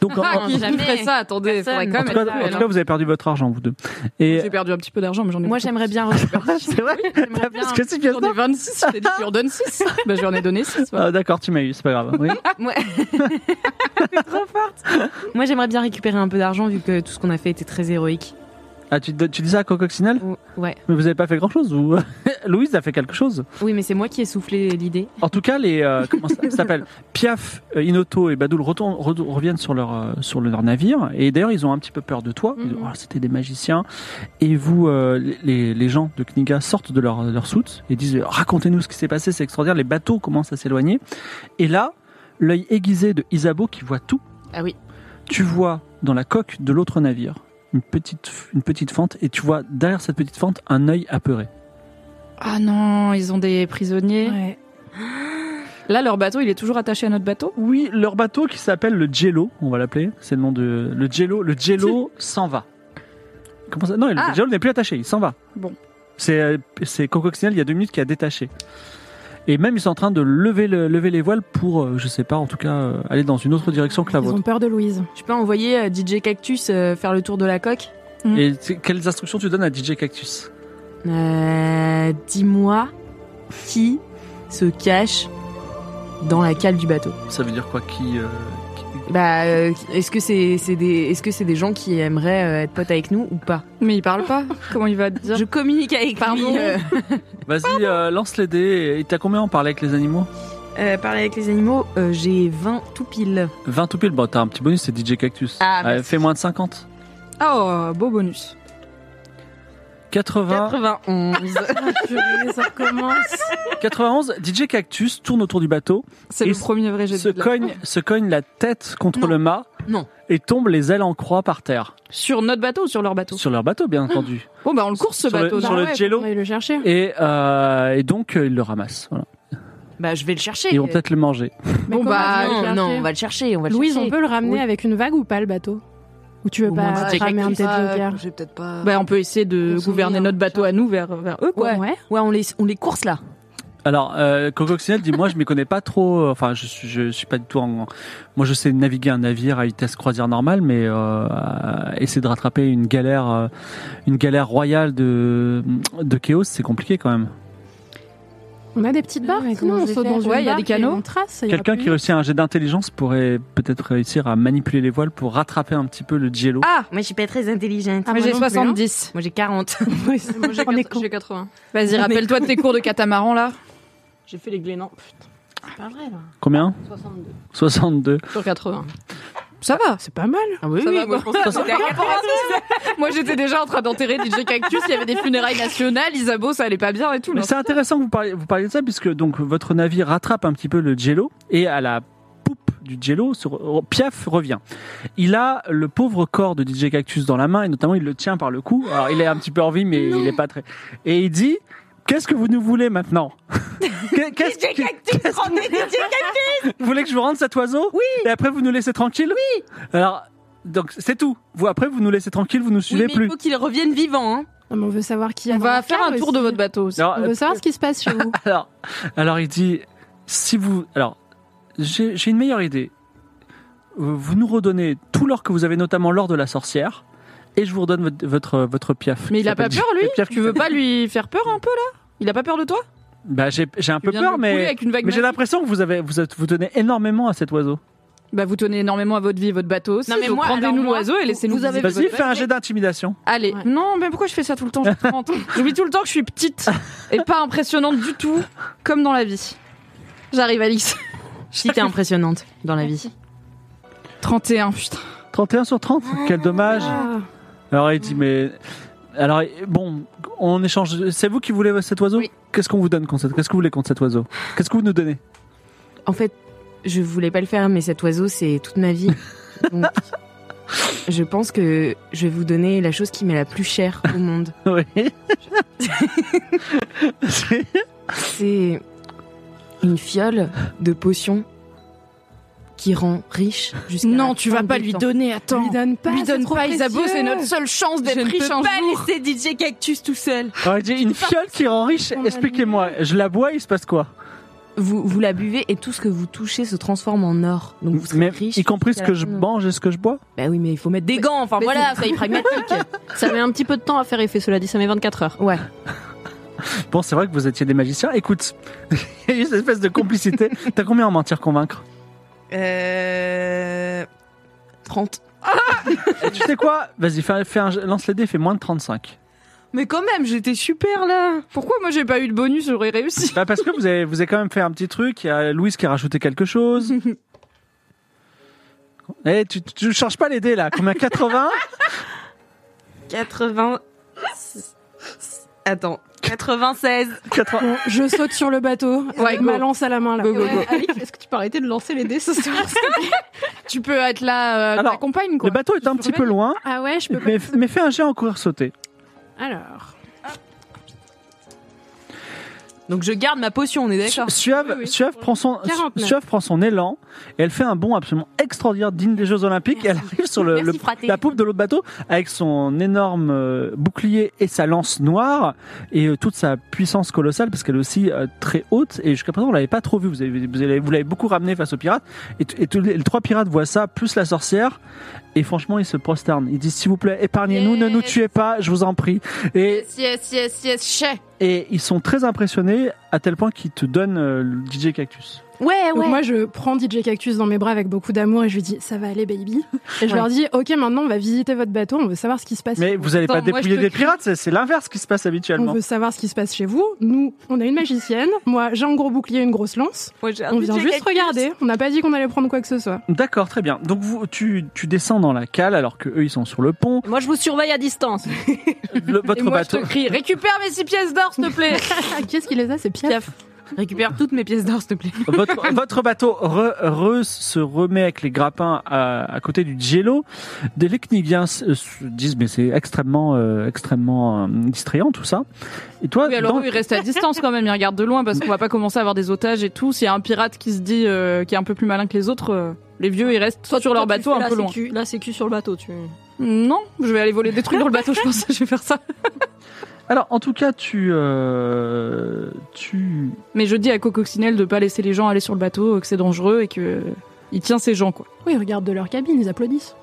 Speaker 2: Donc en, en-
Speaker 3: qui
Speaker 5: Ah, hein. jamais.
Speaker 3: ferait ça Attendez, faudrait quand
Speaker 2: en
Speaker 3: même
Speaker 2: tout
Speaker 3: être
Speaker 2: cas,
Speaker 3: cruel,
Speaker 2: en tout
Speaker 3: hein.
Speaker 2: cas, vous avez perdu votre argent, vous deux. Et
Speaker 3: J'ai perdu un petit peu d'argent, mais j'en ai
Speaker 5: Moi,
Speaker 3: beaucoup.
Speaker 5: j'aimerais bien recevoir.
Speaker 2: c'est vrai,
Speaker 5: j'aimerais bien.
Speaker 2: parce que si bien
Speaker 3: J'en ai 26, je t'ai dit tu leur donnes 6. Bah je lui en ai donné 6.
Speaker 2: Ah, D'accord, tu m'as eu, c'est pas grave. Oui.
Speaker 5: Moi, j'aimerais bien récupérer un peu d'argent vu que tout ce qu'on a fait était très héroïque.
Speaker 2: Ah, tu, tu dis ça à Cococcinelle
Speaker 5: Ou- Ouais.
Speaker 2: Mais vous avez pas fait grand chose ou Louise a fait quelque chose
Speaker 5: Oui, mais c'est moi qui ai soufflé l'idée.
Speaker 2: En tout cas, les euh, comment ça s'appelle Piaf, euh, Inoto et Badoul retournent- re- reviennent sur leur euh, sur leur navire et d'ailleurs ils ont un petit peu peur de toi. Ils disent,
Speaker 6: Mhm.
Speaker 2: Oh, C'était des magiciens et vous euh, les, les gens de Kniga sortent de leur leur soute et disent euh, racontez-nous ce qui s'est passé, c'est extraordinaire. Les bateaux commencent à s'éloigner et là l'œil aiguisé de Isabeau qui voit tout.
Speaker 6: Ah oui.
Speaker 2: Tu vois dans la coque de l'autre navire une petite une petite fente et tu vois derrière cette petite fente un œil apeuré.
Speaker 3: Ah non, ils ont des prisonniers.
Speaker 4: Ouais.
Speaker 3: Là, leur bateau, il est toujours attaché à notre bateau.
Speaker 2: Oui, leur bateau qui s'appelle le Jello, on va l'appeler, c'est le nom de le Jello, le Jello s'en va. Comment ça Non, le
Speaker 3: Ah.
Speaker 2: Jello n'est plus attaché, il s'en va.
Speaker 3: Bon.
Speaker 2: C'est euh, c'est Coco Coccinelle, il y a deux minutes, qui a détaché. Et même, ils sont en train de lever, le- lever les voiles pour, euh, je sais pas, en tout cas, euh, aller dans une autre direction que la
Speaker 4: Ils
Speaker 2: vôtre.
Speaker 4: ont peur de Louise.
Speaker 5: Je peux envoyer euh, DJ Cactus euh, faire le tour de la coque
Speaker 3: ont-
Speaker 2: Et tu- quelles instructions tu donnes à DJ Cactus
Speaker 5: Euh, Dis-moi qui se cache dans la cale du bateau.
Speaker 2: Ça veut dire quoi qui, euh, qui-
Speaker 5: Bah, euh, est-ce que c'est c'est des est-ce que c'est des gens qui aimeraient euh, être potes avec nous ou pas
Speaker 3: Mais il parle pas. Comment il va te dire
Speaker 5: Je communique avec
Speaker 3: Pardon
Speaker 5: lui. euh,
Speaker 2: Vas-y, euh, lance les dés. Et t'as combien en parler avec les animaux
Speaker 5: euh, parler avec les animaux. euh, J'ai 20 tout pile.
Speaker 2: 20 tout pile. Bon, t'as un petit bonus, c'est DJ Cactus.
Speaker 5: Ah, merci.
Speaker 2: fais moins de 50.
Speaker 3: Oh, beau bonus.
Speaker 2: 80,
Speaker 5: 91.
Speaker 4: Ah, Purée, ça recommence.
Speaker 2: 91, DJ Cactus tourne autour du bateau,
Speaker 3: C'est
Speaker 2: Et
Speaker 3: le premier vrai jet de
Speaker 2: se
Speaker 3: dés de la-
Speaker 2: cogne, se cogne la tête contre
Speaker 5: Non.
Speaker 2: le mât
Speaker 5: Non.
Speaker 2: et tombe les ailes en croix par terre.
Speaker 3: Sur notre bateau ou sur leur bateau
Speaker 2: Sur leur bateau, bien entendu.
Speaker 3: Bon, bah on le course ce
Speaker 2: Sur le-
Speaker 3: bateau.
Speaker 2: sur
Speaker 3: non
Speaker 2: le
Speaker 4: ouais,
Speaker 2: jello.
Speaker 4: On va aller le chercher.
Speaker 2: Et, euh, et donc, euh, ils le ramassent. Voilà.
Speaker 5: bah, je vais le chercher.
Speaker 2: Ils vont peut-être le manger.
Speaker 4: Mais
Speaker 3: Bon,
Speaker 4: comment
Speaker 3: bah,
Speaker 4: on va
Speaker 5: non,
Speaker 4: le chercher
Speaker 5: non, on va le chercher. On va le
Speaker 4: Louise,
Speaker 5: chercher.
Speaker 4: on peut le ramener
Speaker 5: Oui.
Speaker 4: avec une vague ou pas le bateau Ou tu veux
Speaker 5: Ou
Speaker 4: pas
Speaker 5: moins un petit
Speaker 4: ramener un
Speaker 5: cactus.
Speaker 4: tête joker
Speaker 6: J'ai peut-être pas.
Speaker 3: Bah on peut essayer de
Speaker 6: On
Speaker 3: gouverner
Speaker 6: s'en
Speaker 3: notre bateau à nous vers, vers eux, quoi.
Speaker 5: Ouais. Ouais, on les on les course là.
Speaker 2: Alors, euh, Coco Coccinelle dit, moi, je m'y connais pas trop. euh, Enfin, je, suis- je suis pas du tout en... Moi, je sais naviguer un navire à vitesse croisière normale, mais euh, essayer de rattraper une galère, euh, une galère royale de, de Chaos, c'est compliqué quand même.
Speaker 4: On a des petites barques,
Speaker 1: mais
Speaker 4: non
Speaker 1: comment
Speaker 4: On
Speaker 1: je vais
Speaker 4: saute
Speaker 1: faire
Speaker 4: dans une
Speaker 3: Ouais, il y a
Speaker 4: barque
Speaker 3: des canots.
Speaker 4: et on trace. il y a
Speaker 2: Quelqu'un
Speaker 4: plus-
Speaker 2: qui réussit un jet d'intelligence pourrait peut-être réussir à manipuler les voiles pour rattraper un petit peu le jello.
Speaker 5: Ah, moi je suis pas très intelligente.
Speaker 4: Ah,
Speaker 3: Mais
Speaker 4: moi
Speaker 3: j'ai
Speaker 4: non plus, hein.
Speaker 3: 70.
Speaker 5: Moi j'ai 40.
Speaker 4: Moi, j'ai On est quatre- con. j'ai
Speaker 3: 80. Vas-y, rappelle-toi de tes cours de catamaran là.
Speaker 6: J'ai fait les glénans. Putain. C'est pas vrai, là.
Speaker 2: Combien
Speaker 6: 62.
Speaker 2: 62.
Speaker 3: Sur 80. Ça va.
Speaker 4: C'est pas mal.
Speaker 5: Ah oui,
Speaker 3: Ça
Speaker 5: oui,
Speaker 3: va,
Speaker 5: moi,
Speaker 3: moi, Moi j'étais déjà en train d'enterrer DJ Cactus, il y avait des funérailles nationales, Isabeau ça allait pas bien et tout.
Speaker 2: Mais
Speaker 3: là.
Speaker 2: c'est intéressant que vous parliez, vous parliez de ça puisque donc votre navire rattrape un petit peu le jello et à la poupe du jello, se re- Piaf revient. Il a le pauvre corps de DJ Cactus dans la main et notamment il le tient par le cou. Alors il est un petit peu en vie mais il est pas très. Et il dit Qu'est-ce que vous nous voulez maintenant Qu'est- Qu'est-ce que- qu'est-ce que vous- Vous voulez que je vous rende cet oiseau Oui. Et après vous nous laissez tranquille Oui. Alors donc c'est tout. Vous après vous nous laissez tranquille, vous nous
Speaker 5: Oui, mais
Speaker 2: suivez
Speaker 5: il
Speaker 2: plus.
Speaker 5: faut qu'ils reviennent vivants. Hein.
Speaker 4: Non, mais on veut savoir qui y a
Speaker 3: On
Speaker 4: dans
Speaker 3: va
Speaker 4: la
Speaker 3: faire
Speaker 4: cale
Speaker 3: un tour de
Speaker 4: aussi.
Speaker 3: votre bateau aussi.
Speaker 2: Alors,
Speaker 4: On veut savoir ce qui se passe chez vous.
Speaker 2: Alors, alors il dit, si vous, alors, j'ai j'ai une meilleure idée. Euh, Vous nous redonnez tout l'or que vous avez, notamment l'or de la sorcière, et je vous redonne votre votre, votre piaf.
Speaker 3: Mais il
Speaker 2: qui
Speaker 3: a pas
Speaker 2: s'appelle-
Speaker 3: peur lui
Speaker 2: piaf qui
Speaker 3: Tu veux
Speaker 2: s'appelle-
Speaker 3: pas lui faire peur un peu là Il a pas peur de toi
Speaker 2: Bah j'ai j'ai un
Speaker 3: Tu
Speaker 2: peu
Speaker 3: viens de
Speaker 2: peur,
Speaker 3: le couler
Speaker 2: mais
Speaker 3: avec une vague
Speaker 2: mais j'ai
Speaker 3: magique.
Speaker 2: l'impression que vous avez vous êtes- vous donnez énormément à cet oiseau.
Speaker 3: Bah vous tenez énormément à votre vie, et votre bateau. aussi,
Speaker 5: Non, mais
Speaker 3: donc
Speaker 5: moi,
Speaker 3: rendez-nous
Speaker 5: alors moi,
Speaker 3: l'oiseau et laissez-nous.
Speaker 5: vous avez-
Speaker 3: visiter
Speaker 2: Vas-y,
Speaker 3: votre
Speaker 2: fais un
Speaker 3: bateau.
Speaker 2: jet d'intimidation.
Speaker 3: Allez.
Speaker 5: Ouais.
Speaker 3: Non, mais pourquoi je fais ça tout le temps Je suis contente. J'oublie tout le temps que je suis petite et pas impressionnante du tout, comme dans la vie. J'arrive, Alix.
Speaker 5: Si t'es impressionnante dans la vie.
Speaker 3: 31, putain.
Speaker 2: 31 sur 30.
Speaker 3: Ah.
Speaker 2: Quel dommage. Alors il dit mais alors bon, on échange. C'est vous qui voulez cet oiseau
Speaker 3: Oui.
Speaker 2: Qu'est-ce qu'on vous donne contre cet- Qu'est-ce que vous voulez contre cet oiseau Qu'est-ce que vous nous donnez
Speaker 5: En fait, je voulais pas le faire, mais cet oiseau, c'est toute ma vie. Donc, je pense que je vais vous donner la chose qui m'est la plus chère au monde.
Speaker 2: Oui. C'est-
Speaker 5: C'est une fiole de potion qui rend riche jusqu'à la fin des temps.
Speaker 3: donner, attends.
Speaker 4: Lui donne pas.
Speaker 3: Lui donne
Speaker 4: c'est trop
Speaker 3: pas, Isabeau,
Speaker 4: précieux.
Speaker 3: c'est notre seule chance
Speaker 5: Je
Speaker 3: d'être
Speaker 5: ne peux
Speaker 3: riche un
Speaker 5: pas
Speaker 3: jour.
Speaker 5: laisser DJ Cactus tout seul.
Speaker 2: Alors, il dit, une fiole qui rend riche,
Speaker 4: Ton
Speaker 2: expliquez-moi. Je la bois, il se passe quoi
Speaker 5: Vous, vous la buvez et tout ce que vous touchez se transforme en or. Donc vous serez
Speaker 2: Mais
Speaker 5: riche.
Speaker 2: Y compris ce
Speaker 5: jusqu'à
Speaker 2: que
Speaker 5: la
Speaker 2: je
Speaker 5: fin.
Speaker 2: mange et ce que je bois
Speaker 5: Bah oui, mais il faut mettre des gants. Enfin
Speaker 6: Mais
Speaker 5: voilà, soyez pragmatique.
Speaker 6: Ça met un petit peu de temps à faire effet, cela dit, ça met 24 heures.
Speaker 5: Ouais.
Speaker 2: Bon, c'est vrai que vous étiez des magiciens. Écoute, il y a eu cette espèce de complicité. T'as combien en mentir convaincre
Speaker 5: Euh... 30.
Speaker 2: Et Tu sais quoi Vas-y, fais, fais un- lance les dés, fais moins de 35.
Speaker 5: Mais quand même, j'étais super là.
Speaker 3: Pourquoi moi j'ai pas eu de bonus, j'aurais réussi
Speaker 2: Bah, parce que vous avez, vous avez quand même fait un petit truc. Il y a Louise qui a rajouté quelque chose. Eh, tu, tu tu changes pas les dés là. Combien 80
Speaker 5: 80. Attends. 96.
Speaker 2: 80.
Speaker 4: Bon, je saute sur le bateau.
Speaker 3: Ouais,
Speaker 4: avec
Speaker 3: go.
Speaker 4: ma lance à la main là.
Speaker 3: Go, go, go.
Speaker 6: Alix, est-ce que tu peux arrêter de lancer les dés ce soir
Speaker 3: Tu peux être là, euh,
Speaker 2: Alors,
Speaker 3: t'accompagnes
Speaker 2: Le
Speaker 3: quoi.
Speaker 2: bateau est un petit peu loin,
Speaker 4: Ah ouais, je peux pas.
Speaker 2: mais, mais
Speaker 4: Ah
Speaker 2: fais un jet en coureur sauté.
Speaker 4: Alors.
Speaker 5: Donc je garde ma potion, on est d'accord
Speaker 2: Suave,
Speaker 4: Oui, oui.
Speaker 2: Suave prend son,
Speaker 4: 49.
Speaker 2: Suave prend son élan et elle fait un bond absolument extraordinaire digne des Jeux Olympiques. Elle arrive sur le, le- la poupe de l'autre bateau avec son énorme euh, bouclier et sa lance noire et euh, toute sa puissance colossale parce qu'elle est aussi euh, très haute et jusqu'à présent on l'avait pas trop vue. Vous avez, vous avez- vous l'avez beaucoup ramené face aux pirates et, t- et tous les, les trois pirates voient ça plus la sorcière et franchement ils se prosternent. Ils disent s'il vous plaît épargnez-nous, ne nous
Speaker 3: Yes.
Speaker 2: tuez pas, je vous en prie. Et
Speaker 3: Yes, yes, yes, yes, chais.
Speaker 2: et ils sont très impressionnés à tel point qu'ils te donnent euh, le DJ Cactus.
Speaker 5: Ouais,
Speaker 4: Donc
Speaker 5: ouais.
Speaker 4: moi, je prends DJ Cactus dans mes bras avec beaucoup d'amour et je lui dis ça va aller, baby. Et je leur dis ok, maintenant on va visiter votre bateau, on veut savoir ce qui se passe.
Speaker 2: Mais vous n'allez pas
Speaker 3: Attends, moi,
Speaker 2: dépouiller
Speaker 3: je te
Speaker 2: des
Speaker 3: crie.
Speaker 2: pirates, c'est- c'est l'inverse qui se passe
Speaker 4: on
Speaker 2: habituellement.
Speaker 4: veut savoir ce qui se passe chez vous. Nous, on a une magicienne. Moi, j'ai un gros bouclier, une grosse lance.
Speaker 5: Moi, j'ai un
Speaker 4: On vient
Speaker 5: DJ
Speaker 4: juste
Speaker 5: Cactus.
Speaker 4: regarder. On n'a pas dit qu'on allait prendre quoi que ce soit.
Speaker 2: D'accord, très bien. Donc vous, tu, tu descends dans la cale alors que eux ils sont sur le pont.
Speaker 7: Moi, je vous surveille à distance.
Speaker 2: Le- votre
Speaker 3: Et moi,
Speaker 2: bateau.
Speaker 3: je te crie, récupère mes six pièces d'or, s'il te plaît.
Speaker 4: Qu'est-ce qu'il les a, ces pièces
Speaker 5: Récupère toutes mes pièces d'or, s'il te plaît.
Speaker 2: votre, votre bateau re- re- se remet avec les grappins à, à côté du Gielo. Des Lecnigiens se se disent mais c'est extrêmement euh, extrêmement euh, distrayant tout ça. Et toi,
Speaker 3: Oui, alors
Speaker 2: dans-
Speaker 3: eux, ils restent à distance quand même, ils regardent de loin parce qu'on va pas commencer à avoir des otages et tout. S'il y a un pirate qui se dit euh, qui est un peu plus malin que les autres, euh, les vieux, ils restent soit sur leur
Speaker 7: Toi, tu
Speaker 3: bateau
Speaker 7: fais
Speaker 3: un
Speaker 7: la
Speaker 3: peu loin.
Speaker 7: sécu- La sécu sur le bateau, tu.
Speaker 3: Non, je vais aller voler des trucs dans le bateau, je pense, je vais faire ça.
Speaker 2: alors en tout cas tu euh, tu
Speaker 3: Mais je dis à Cococcinelle de pas laisser les gens aller sur le bateau, euh, que c'est dangereux et que euh, il tient ses gens quoi.
Speaker 4: Oui, ils regardent de leur cabine, ils applaudissent.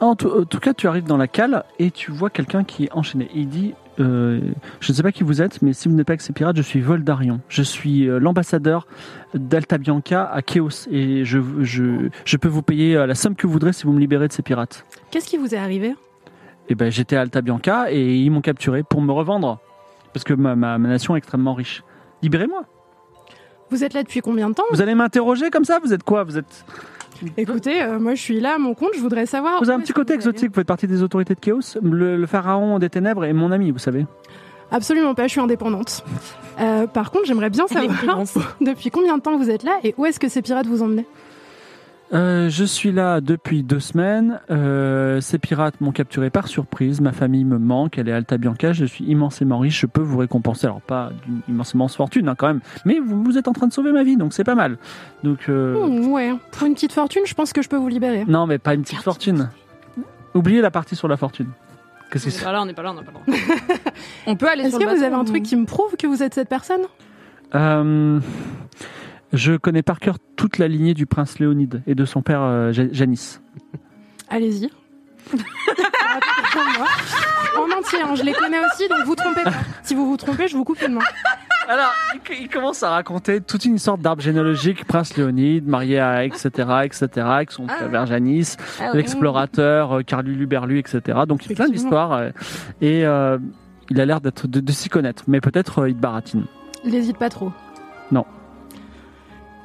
Speaker 2: En tout, en tout cas, tu arrives dans la cale et tu vois quelqu'un qui est enchaîné. Il dit euh, Je ne sais pas qui vous êtes, mais si vous n'êtes pas avec ces pirates, je suis Voldarion. Je suis euh, l'ambassadeur d'Alta Bianca à Chaos et je, je, je peux vous payer euh, la somme que vous voudrez si vous me libérez de ces pirates.
Speaker 4: Qu'est-ce qui vous est arrivé
Speaker 2: Et ben, j'étais à Alta Bianca et ils m'ont capturé pour me revendre parce que ma, ma, ma nation est extrêmement riche. Libérez-moi.
Speaker 4: Vous êtes là depuis combien de temps
Speaker 2: Vous allez m'interroger comme ça Vous êtes quoi Vous êtes
Speaker 4: Écoutez, euh, moi je suis là à mon compte, je voudrais savoir.
Speaker 2: Vous avez
Speaker 4: où
Speaker 2: un
Speaker 4: est-ce
Speaker 2: petit
Speaker 4: que
Speaker 2: côté
Speaker 4: vous allez.
Speaker 2: exotique. Vous faites partie des autorités de Chaos. Le- le pharaon des ténèbres est mon ami, vous savez.
Speaker 4: Absolument pas, je suis indépendante. Euh, par contre, j'aimerais bien savoir depuis combien de temps vous êtes là et où est-ce que ces pirates vous emmenaient
Speaker 2: Euh, je suis là depuis deux semaines. Euh, ces pirates m'ont capturé par surprise. Ma famille me manque. Elle est à Alta Bianca. Je suis immensément riche. Je peux vous récompenser. Alors pas d'une immensément fortune hein, quand même. Mais vous, vous êtes en train de sauver ma vie, donc c'est pas mal. Donc euh,
Speaker 4: Hmm, Ouais, pour une petite fortune, je pense que je peux vous libérer.
Speaker 2: non, mais pas une petite fortune. Oubliez la partie sur la fortune. Qu'est-ce
Speaker 7: On
Speaker 2: que
Speaker 7: est
Speaker 2: c'est
Speaker 7: pas là, on n'est pas là, on n'est pas là.
Speaker 3: On peut aller
Speaker 4: Est-ce
Speaker 3: sur le
Speaker 4: que
Speaker 3: bateau.
Speaker 4: vous avez un truc qui me prouve que vous êtes cette personne
Speaker 2: Euh, Je connais par cœur toute la lignée du prince Léonide et de son père euh, Ja- Janis.
Speaker 4: Allez-y. Racontez-moi. en entier, hein, je les connais aussi, donc vous trompez pas. Si vous vous trompez, je vous coupe une main.
Speaker 2: Alors, il- il commence à raconter toute une sorte d'arbre généalogique, Prince Léonide, marié à etc., etc., avec son père Janis,
Speaker 5: Ah
Speaker 2: l'explorateur, euh, Carlu Berlu, etc. Donc, il y a plein d'histoires. euh, Et euh, il a l'air d'être de, de s'y connaître, mais peut-être euh, il te baratine.
Speaker 4: N'hésite pas trop.
Speaker 2: Non.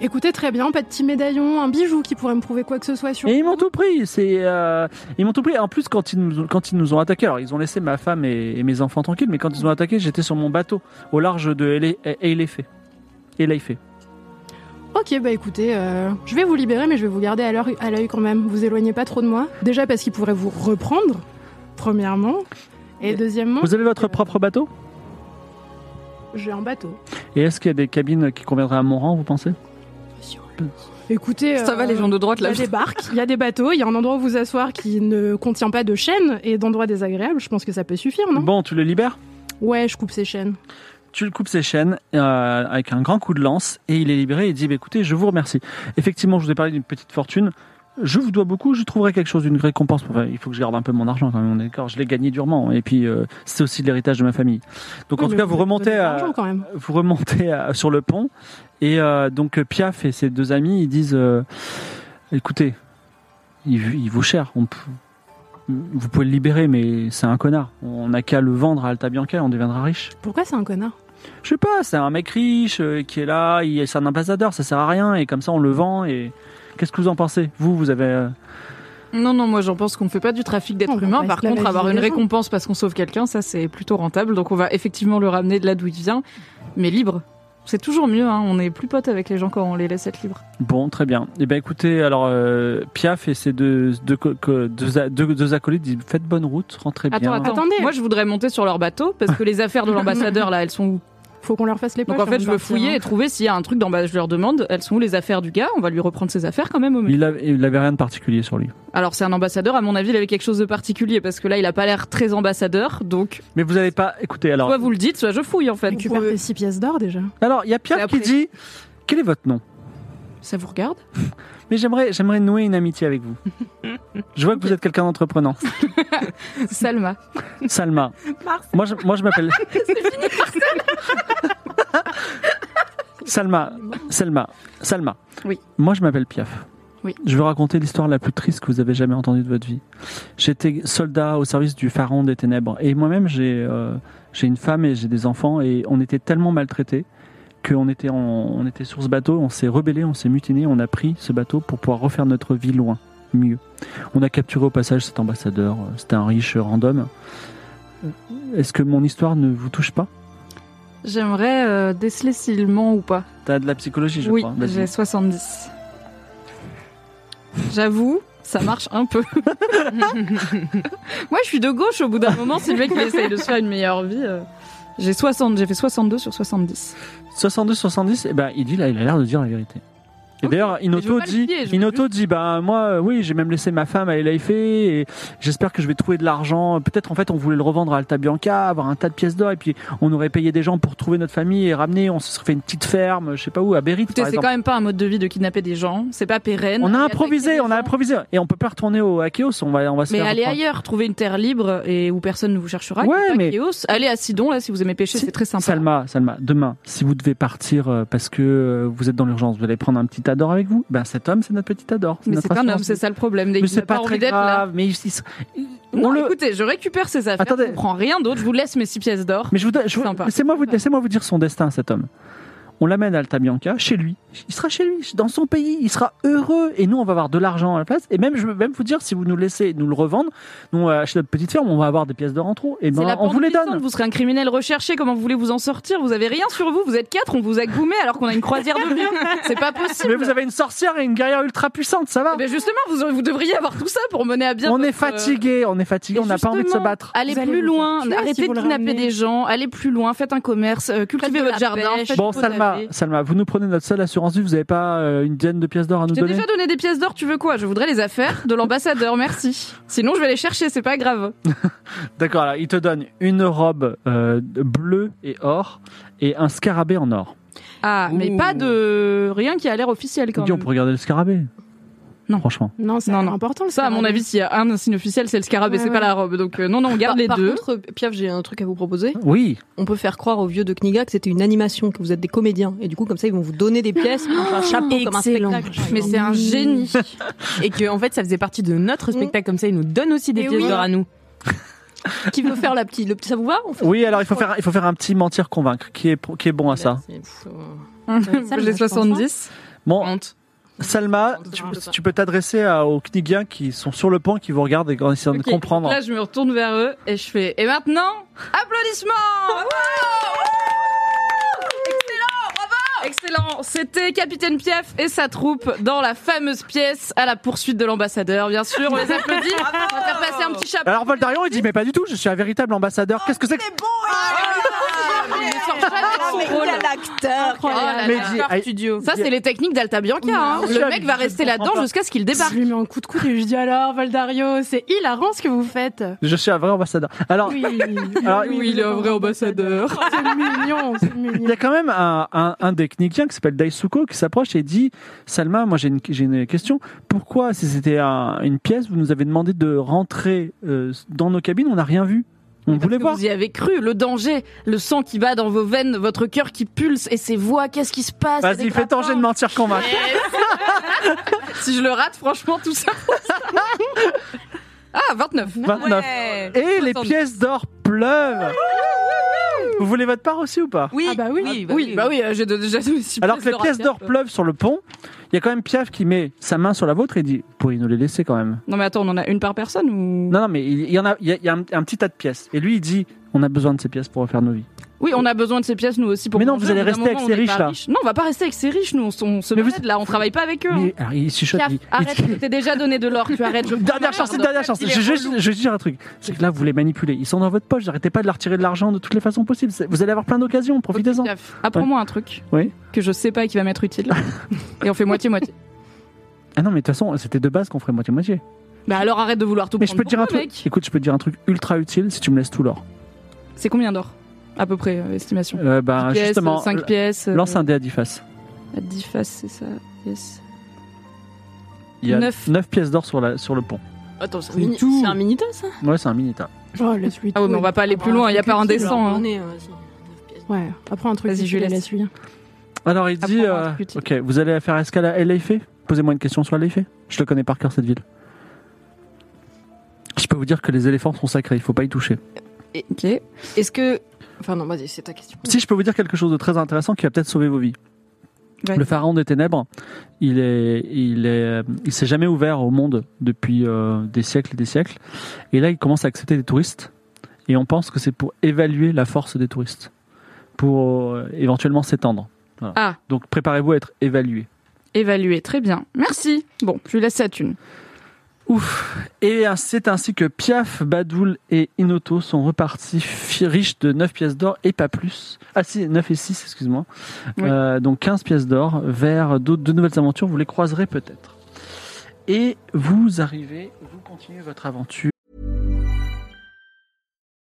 Speaker 4: Écoutez, très bien, pas de petit médaillon, un bijou qui pourrait me prouver quoi que ce soit sur.
Speaker 2: Et ils m'ont tout pris. C'est euh, ils m'ont tout pris. En plus, quand ils nous ont, quand ils nous ont attaqué, alors ils ont laissé ma femme et, et mes enfants tranquilles, mais quand ils nous ont attaqué, j'étais sur mon bateau au large de Ele- Eleife. Eleife.
Speaker 4: Ok, bah écoutez, euh, je vais vous libérer, mais je vais vous garder à l'œil à l'œil quand même. Vous éloignez pas trop de moi. Déjà parce qu'ils pourraient vous reprendre, premièrement. Et deuxièmement,
Speaker 2: Vous avez votre propre bateau
Speaker 4: j'ai un bateau.
Speaker 2: Et est-ce qu'il y a des cabines qui conviendraient à mon rang, vous pensez
Speaker 4: Écoutez,
Speaker 3: Ça va
Speaker 4: euh,
Speaker 3: les gens de droite
Speaker 4: Il y
Speaker 3: là.
Speaker 4: a des barques, il y a des bateaux, il y a un endroit où vous asseoir qui ne contient pas de chaînes et d'endroits désagréables. Je pense que ça peut suffire, non
Speaker 2: Bon, tu le libères
Speaker 4: Ouais, je coupe ces chaînes.
Speaker 2: Tu le coupes ses chaînes euh, avec un grand coup de lance et il est libéré et dit bah, écoutez, je vous remercie. Effectivement, je vous ai parlé d'une petite fortune. Je vous dois beaucoup, je trouverai quelque chose, une récompense. Enfin, il faut que je garde un peu mon argent quand même, on est d'accord. Je l'ai gagné durement et puis euh, c'est aussi de l'héritage de ma famille. Donc en
Speaker 4: Oui,
Speaker 2: tout
Speaker 4: mais
Speaker 2: cas, vous remontez,
Speaker 4: donnez de
Speaker 2: à-
Speaker 4: l'argent, quand même.
Speaker 2: vous remontez à- sur le pont et euh, donc euh, Piaf et ses deux amis ils disent euh, écoutez, il, il vaut cher, on peut- vous pouvez le libérer, mais c'est un connard. On n'a qu'à le vendre à Alta Bianca, on deviendra riche.
Speaker 4: Pourquoi c'est un connard
Speaker 2: Je sais pas, c'est un mec riche euh, qui est là, il c'est un ambassadeur, ça sert à rien, et comme ça on le vend, et qu'est-ce que vous en pensez Vous, vous avez... euh,
Speaker 3: Non, non, moi j'en pense qu'on fait pas du trafic
Speaker 4: On
Speaker 3: d'êtres
Speaker 4: va
Speaker 3: humains.
Speaker 4: pas
Speaker 3: Par
Speaker 4: esclavager
Speaker 3: contre, avoir
Speaker 4: les
Speaker 3: une
Speaker 4: gens.
Speaker 3: récompense parce qu'on sauve quelqu'un, ça c'est plutôt rentable. Donc on va effectivement le ramener de là d'où il vient, mais libre. C'est toujours mieux, hein. on est plus potes avec les gens quand on les laisse être libres.
Speaker 2: Bon, très bien. Eh bien écoutez, alors euh, Piaf et ses deux, deux, co- co- deux a- deux- deux acolytes disent faites bonne route, rentrez
Speaker 3: Attends,
Speaker 2: bien.
Speaker 3: attends.
Speaker 4: Attendez.
Speaker 3: Moi je voudrais monter sur leur bateau parce que les affaires de l'ambassadeur là, elles sont où
Speaker 4: Faut qu'on leur fasse les poches.
Speaker 3: Donc en
Speaker 4: avant
Speaker 3: fait,
Speaker 4: de
Speaker 3: je veux
Speaker 4: partir,
Speaker 3: fouiller
Speaker 4: hein.
Speaker 3: et trouver s'il y a un truc dans bah, je leur demande, elles sont où les affaires du gars On va lui reprendre ses affaires quand même au mieux.
Speaker 2: Il avait, il avait rien de particulier sur lui.
Speaker 3: Alors c'est un ambassadeur, à mon avis, il avait quelque chose de particulier parce que là, il a pas l'air très ambassadeur. Donc
Speaker 2: Mais vous n'avez pas écouté. Alors,
Speaker 3: soit vous le dites, soit je fouille en fait.
Speaker 4: Récupère tes six pièces d'or déjà.
Speaker 2: alors il y a Pierre
Speaker 3: Et
Speaker 2: qui
Speaker 3: après-
Speaker 2: dit Quel est votre nom
Speaker 3: Ça vous regarde
Speaker 2: Mais j'aimerais, j'aimerais nouer une amitié avec vous. Je vois que vous êtes quelqu'un d'entreprenant.
Speaker 3: Salma.
Speaker 2: Salma. Moi, je, moi, je m'appelle. Salma. Salma. Salma.
Speaker 3: Oui.
Speaker 2: Moi, je m'appelle Piaf.
Speaker 3: Oui.
Speaker 2: Je vais raconter l'histoire la plus triste que vous avez jamais entendue de votre vie. J'étais soldat au service du pharaon des ténèbres. Et moi-même, j'ai euh, j'ai une femme et j'ai des enfants. Et on était tellement maltraités qu'on était, en- on était sur ce bateau. On s'est rebellé, on s'est mutiné. On a pris ce bateau pour pouvoir refaire notre vie loin, mieux. On a capturé au passage cet ambassadeur. euh, C'était un riche random. Est-ce que mon histoire ne vous touche pas
Speaker 3: J'aimerais euh, déceler s'il ment ou pas.
Speaker 2: T'as de la psychologie, je
Speaker 3: oui,
Speaker 2: crois.
Speaker 3: j'ai
Speaker 2: Vas-y.
Speaker 3: 70. J'avoue, ça marche un peu. Moi, je suis de gauche au bout d'un moment. Si le mec il essaye de se faire une meilleure vie. euh, J'ai 60, j'ai fait 62 sur 70.
Speaker 2: 62, 70, eh ben, il dit là, il a l'air de dire la vérité. Et
Speaker 3: Ok,
Speaker 2: d'ailleurs,
Speaker 3: je veux
Speaker 2: Inoto
Speaker 3: pas le
Speaker 2: dit,
Speaker 3: piller, je veux
Speaker 2: Inoto dit, bah moi, euh, oui, j'ai même laissé ma femme aller lifer E et j'espère que je vais trouver de l'argent. Peut-être en fait, on voulait le revendre à Alta Bianca, avoir un tas de pièces d'or et puis on aurait payé des gens pour trouver notre famille et ramener. On se serait fait une petite ferme, je sais pas où, à Berry.
Speaker 3: Écoutez, c'est quand même pas un mode de vie de kidnapper des gens. C'est pas pérenne.
Speaker 2: On a
Speaker 3: Aller
Speaker 2: improvisé,
Speaker 3: attaquer
Speaker 2: on a
Speaker 3: des
Speaker 2: improvisé et on peut pas retourner au Akeos. On va, on va se
Speaker 3: Mais
Speaker 2: faire
Speaker 3: allez
Speaker 2: reprendre.
Speaker 3: ailleurs, trouvez une terre libre et où personne ne vous cherchera.
Speaker 2: Ouais,
Speaker 3: qu'il y ait pas
Speaker 2: mais-
Speaker 3: Chaos. Allez à Sidon, là, si vous aimez pêcher,
Speaker 2: Si-
Speaker 3: c'est très sympa.
Speaker 2: Salma, Salma, demain, si vous devez partir euh, parce que euh, vous êtes dans l'urgence, vous allez prendre un petit ador avec vous. Ben cet homme, c'est notre petit ador.
Speaker 3: Mais
Speaker 2: notre
Speaker 3: c'est un
Speaker 2: assurance
Speaker 3: homme, c'est ça le problème.
Speaker 2: Mais c'est pas très
Speaker 3: envie d'être là.
Speaker 2: grave. Mais, ils- ils- on
Speaker 3: Non,
Speaker 2: le-
Speaker 3: écoutez, je récupère ses affaires,
Speaker 2: Attendez.
Speaker 3: je ne prends rien d'autre, je vous laisse mes six pièces d'or.
Speaker 2: mais je vous, donne- je vous-
Speaker 3: Sympa.
Speaker 2: laissez-moi vous, laissez-moi vous dire son destin, cet homme. On l'amène à Alta Bianca, chez lui. Il sera chez lui, dans son pays. Il sera heureux. Et nous, on va avoir de l'argent à la place. Et même, je veux même vous dire, si vous nous laissez nous le revendre, nous, on va acheter notre petite ferme, on va avoir des pièces d'or en trop. Et
Speaker 3: C'est
Speaker 2: ben,
Speaker 3: la
Speaker 2: on vous les
Speaker 3: pente glissante,
Speaker 2: donne.
Speaker 3: Vous serez un criminel recherché. Comment vous voulez vous en sortir Vous avez rien sur vous. Vous êtes quatre. On vous a goumé alors qu'on a une croisière de vieux. C'est pas possible.
Speaker 2: Mais vous avez une sorcière et une guerrière ultra puissante, ça va.
Speaker 3: Eh ben justement, vous, vous devriez avoir tout ça pour mener à bien.
Speaker 2: on
Speaker 3: votre,
Speaker 2: est fatigué, on est fatigué,
Speaker 3: Et
Speaker 2: on n'a pas envie de se
Speaker 3: justement,
Speaker 2: battre.
Speaker 3: euh, Allez
Speaker 4: Vous allez
Speaker 3: plus
Speaker 4: vous
Speaker 3: loin.
Speaker 4: faire tuer
Speaker 3: Arrêtez
Speaker 4: si
Speaker 3: de
Speaker 4: vous le
Speaker 3: kidnapper
Speaker 4: ramenez.
Speaker 3: des gens. Allez plus loin. Faites un commerce. euh, cultivez
Speaker 7: de
Speaker 3: votre
Speaker 7: la
Speaker 3: jardin.
Speaker 7: pêche.
Speaker 3: faites
Speaker 2: Bon,
Speaker 3: du
Speaker 2: Salma,
Speaker 3: potager.
Speaker 2: Salma, vous nous prenez notre seule assurance vie, vous n'avez pas euh, une dizaine de pièces d'or à nous
Speaker 3: J'ai
Speaker 2: donner
Speaker 3: déjà donné des pièces d'or, tu veux quoi Je voudrais les affaires de l'ambassadeur, merci. Sinon, je vais les chercher, c'est pas grave.
Speaker 2: D'accord, alors, il te donne une robe euh, bleue et or et un scarabée en or.
Speaker 3: Ah, mais
Speaker 5: Ouh.
Speaker 3: pas de rien qui a l'air officiel
Speaker 2: Il
Speaker 3: quand
Speaker 2: dit, on
Speaker 3: même.
Speaker 2: peut regarder le scarabée.
Speaker 3: Non.
Speaker 2: Franchement.
Speaker 4: Non, c'est
Speaker 3: Non, non.
Speaker 4: important. le
Speaker 3: Ça, à mon
Speaker 4: scarabée.
Speaker 3: avis, s'il y a un signe officiel, c'est le scarabée,
Speaker 4: Ouais,
Speaker 3: c'est
Speaker 4: ouais.
Speaker 3: pas la robe. Donc, euh, non, non, on garde
Speaker 7: Par-
Speaker 3: les
Speaker 7: par
Speaker 3: deux.
Speaker 7: contre, Piaf, j'ai un truc à vous proposer.
Speaker 2: Oui,
Speaker 7: On peut faire croire aux vieux de Kniga que c'était une animation, que vous êtes des comédiens. Et du coup, comme ça, ils vont vous donner des pièces, un chapeau, comme un
Speaker 5: excellent.
Speaker 7: spectacle. par
Speaker 3: Mais
Speaker 7: exemple.
Speaker 3: c'est un génie.
Speaker 5: Et que, en fait, ça faisait partie de notre spectacle, comme ça, ils nous donnent aussi des
Speaker 7: Et
Speaker 5: pièces
Speaker 7: oui.
Speaker 5: d'or à nous.
Speaker 7: Qui veut faire la petite, le petit, ça vous va On fait-
Speaker 2: oui. Alors il faut faire, il faut faire un petit mentir convaincre, qui est, pro- qui est bon à ça.
Speaker 7: C'est- pff, euh,
Speaker 4: ça,
Speaker 3: J'ai
Speaker 4: je pense
Speaker 3: 70.
Speaker 2: Bon, Salma,
Speaker 7: Honte.
Speaker 2: tu, tu peux t'adresser à- aux Knigiens qui sont sur le pont, qui vous regardent et qui essayent de
Speaker 3: Ok.
Speaker 2: comprendre.
Speaker 3: Là, je me retourne vers eux et je fais. Et maintenant, applaudissements Wow Excellent, bravo Excellent. C'était Capitaine Piaf et sa troupe dans la fameuse pièce à la poursuite de l'ambassadeur. Bien sûr, on les applaudit. On va faire passer un petit chapeau.
Speaker 2: Alors Voldarion, il dit, mais pas du tout, je suis un véritable ambassadeur. Qu'est-ce que c'est que...
Speaker 3: Ah, Il ne sort jamais de son rôle.
Speaker 7: l'acteur
Speaker 3: Oh là
Speaker 2: Mais
Speaker 3: là.
Speaker 2: dis- aïe,
Speaker 3: Ça, c'est les techniques d'Alta Bianca. hein. Le mec va rester là-dedans jusqu'à ce qu'il débarque.
Speaker 4: Je lui mets un coup de coude et je dis alors, Valdario, c'est hilarant ce que vous faites.
Speaker 2: Je suis un vrai ambassadeur. Alors,
Speaker 4: Oui,
Speaker 2: Alors,
Speaker 4: oui,
Speaker 3: Ah, oui, il est un vrai ambassadeur.
Speaker 4: C'est mignon, c'est
Speaker 2: Il y
Speaker 4: mignon.
Speaker 2: a quand même un, un, un des Knikiens qui s'appelle Daisuko qui s'approche et dit Salma, moi j'ai une, j'ai une question. Pourquoi, si c'était un- une pièce, vous nous avez demandé de rentrer euh, dans nos cabines On n'a rien vu. On
Speaker 3: Parce
Speaker 2: voulait
Speaker 3: que
Speaker 2: voir.
Speaker 3: Vous y avez cru, le danger, le sang qui bat dans vos veines, votre cœur qui pulse et ces voix, qu'est-ce qui se passe
Speaker 2: Vas-y, fais ton jet de mentir convaincre.
Speaker 3: Si je le rate, franchement, tout ça. pour ça. ah, 29.
Speaker 2: 29. Et les pièces d'or pleuvent. Vous voulez votre part aussi ou pas
Speaker 5: Oui,
Speaker 4: Ah bah oui.
Speaker 3: Oui, bah oui, euh, j'ai déjà donné six
Speaker 2: Alors que les pièces
Speaker 3: à
Speaker 2: d'or
Speaker 3: Pierre.
Speaker 2: pleuvent sur le pont, il y a quand même Piaf qui met sa main sur la vôtre et dit Vous pourriez nous les laisser quand même.
Speaker 3: Non, mais attends, on en a une par personne ou.
Speaker 2: Non, non, mais il il y en a, il y a, il y a un, un petit tas de pièces. Et lui, il dit On a besoin de ces pièces pour refaire nos vies.
Speaker 3: Oui, on a besoin de ces pièces, nous aussi, pour.
Speaker 2: Mais non,
Speaker 3: manger.
Speaker 2: vous allez
Speaker 3: Au bout d'un
Speaker 2: rester
Speaker 3: moment,
Speaker 2: avec
Speaker 3: on
Speaker 2: ces
Speaker 3: n'est
Speaker 2: riches,
Speaker 3: pas
Speaker 2: là.
Speaker 3: riches. Non, on va pas rester avec ces riches, nous, on, s- on se
Speaker 2: Mais vous-
Speaker 3: balade là, on travaille pas avec eux. hein.
Speaker 2: Mais alors, il chuchote.
Speaker 3: Piaf,
Speaker 2: il- il-
Speaker 3: arrête, je t'ai déjà donné de l'or, tu arrêtes. je-
Speaker 2: Dernière chance,
Speaker 3: Pardon,
Speaker 2: dernière chance.
Speaker 3: il
Speaker 2: Je,
Speaker 3: est relou.
Speaker 2: je, je vais dire un truc. C'est que là, vous les manipulez. Ils sont dans votre poche. Arrêtez pas de leur tirer de l'argent de toutes les façons possibles. C'est- Vous allez avoir plein d'occasions. Profitez-en.
Speaker 3: Piaf, Apprends-moi un truc
Speaker 2: Oui.
Speaker 3: que je sais pas et qui va m'être utile. Et on fait moitié-moitié.
Speaker 2: Ah non, mais de toute façon, c'était de base qu'on ferait moitié-moitié.
Speaker 3: Bah alors arrête de vouloir tout
Speaker 2: Mais je peux
Speaker 3: prendre.
Speaker 2: te dire un
Speaker 3: pour toi,
Speaker 2: truc.
Speaker 3: mec.
Speaker 2: Écoute, je peux te dire un truc ultra utile si tu me laisses tout l'or.
Speaker 3: C'est combien d'or À peu près, euh, estimation.
Speaker 2: Euh, bah,
Speaker 3: 10 pièces,
Speaker 2: justement,
Speaker 3: 5
Speaker 2: l-
Speaker 3: pièces. euh,
Speaker 2: lance un dé à 10 faces.
Speaker 3: à 10 faces, c'est ça. Yes.
Speaker 2: Il y a
Speaker 3: Neuf.
Speaker 2: 9 pièces d'or sur, la- sur le pont.
Speaker 7: Attends, c'est
Speaker 2: un mini- Tout. c'est un hein.
Speaker 7: minita ça
Speaker 2: Ouais, c'est un mini-tas.
Speaker 4: Oh, laisse-lui.
Speaker 3: Ah ouais, mais on va pas aller plus loin, il y a pas un dessin. hein.
Speaker 4: Ouais, apprends un truc.
Speaker 3: Vas-y, je
Speaker 4: utile et
Speaker 3: laisse.
Speaker 4: laisse-lui.
Speaker 2: Alors, il dit
Speaker 3: Apprends-moi un
Speaker 2: euh,
Speaker 3: truc utile.
Speaker 2: Ok, vous allez faire escale à LFE E? Posez-moi une question sur LFE. E. Je le connais par cœur, cette ville. Je peux vous dire que les éléphants sont sacrés. Il faut pas y toucher.
Speaker 3: Ok.
Speaker 7: Est-ce que. Enfin, non, vas-y, c'est ta question.
Speaker 2: Si je peux vous dire quelque chose de très intéressant qui va peut-être sauver vos vies.
Speaker 3: Vas-y.
Speaker 2: Le pharaon des ténèbres, il est, il est, euh, il s'est jamais ouvert au monde depuis euh, des siècles et des siècles. Et là, il commence à accepter des touristes. Et on pense que c'est pour évaluer la force des touristes, pour euh, éventuellement s'étendre. Voilà.
Speaker 3: Ah.
Speaker 2: Donc préparez-vous à être évalué.
Speaker 3: Évalué, très bien. Merci. Bon, je lui laisse sa thune.
Speaker 2: Ouf. Et c'est ainsi que Piaf, Badoul et Inoto sont repartis fi- riches de 9 pièces d'or et pas plus. Ah si, 9 et 6, excuse-moi.
Speaker 3: Oui.
Speaker 2: Euh, donc 15 pièces d'or vers d'autres- de nouvelles aventures. Vous les croiserez peut-être. Et vous arrivez, vous continuez votre aventure.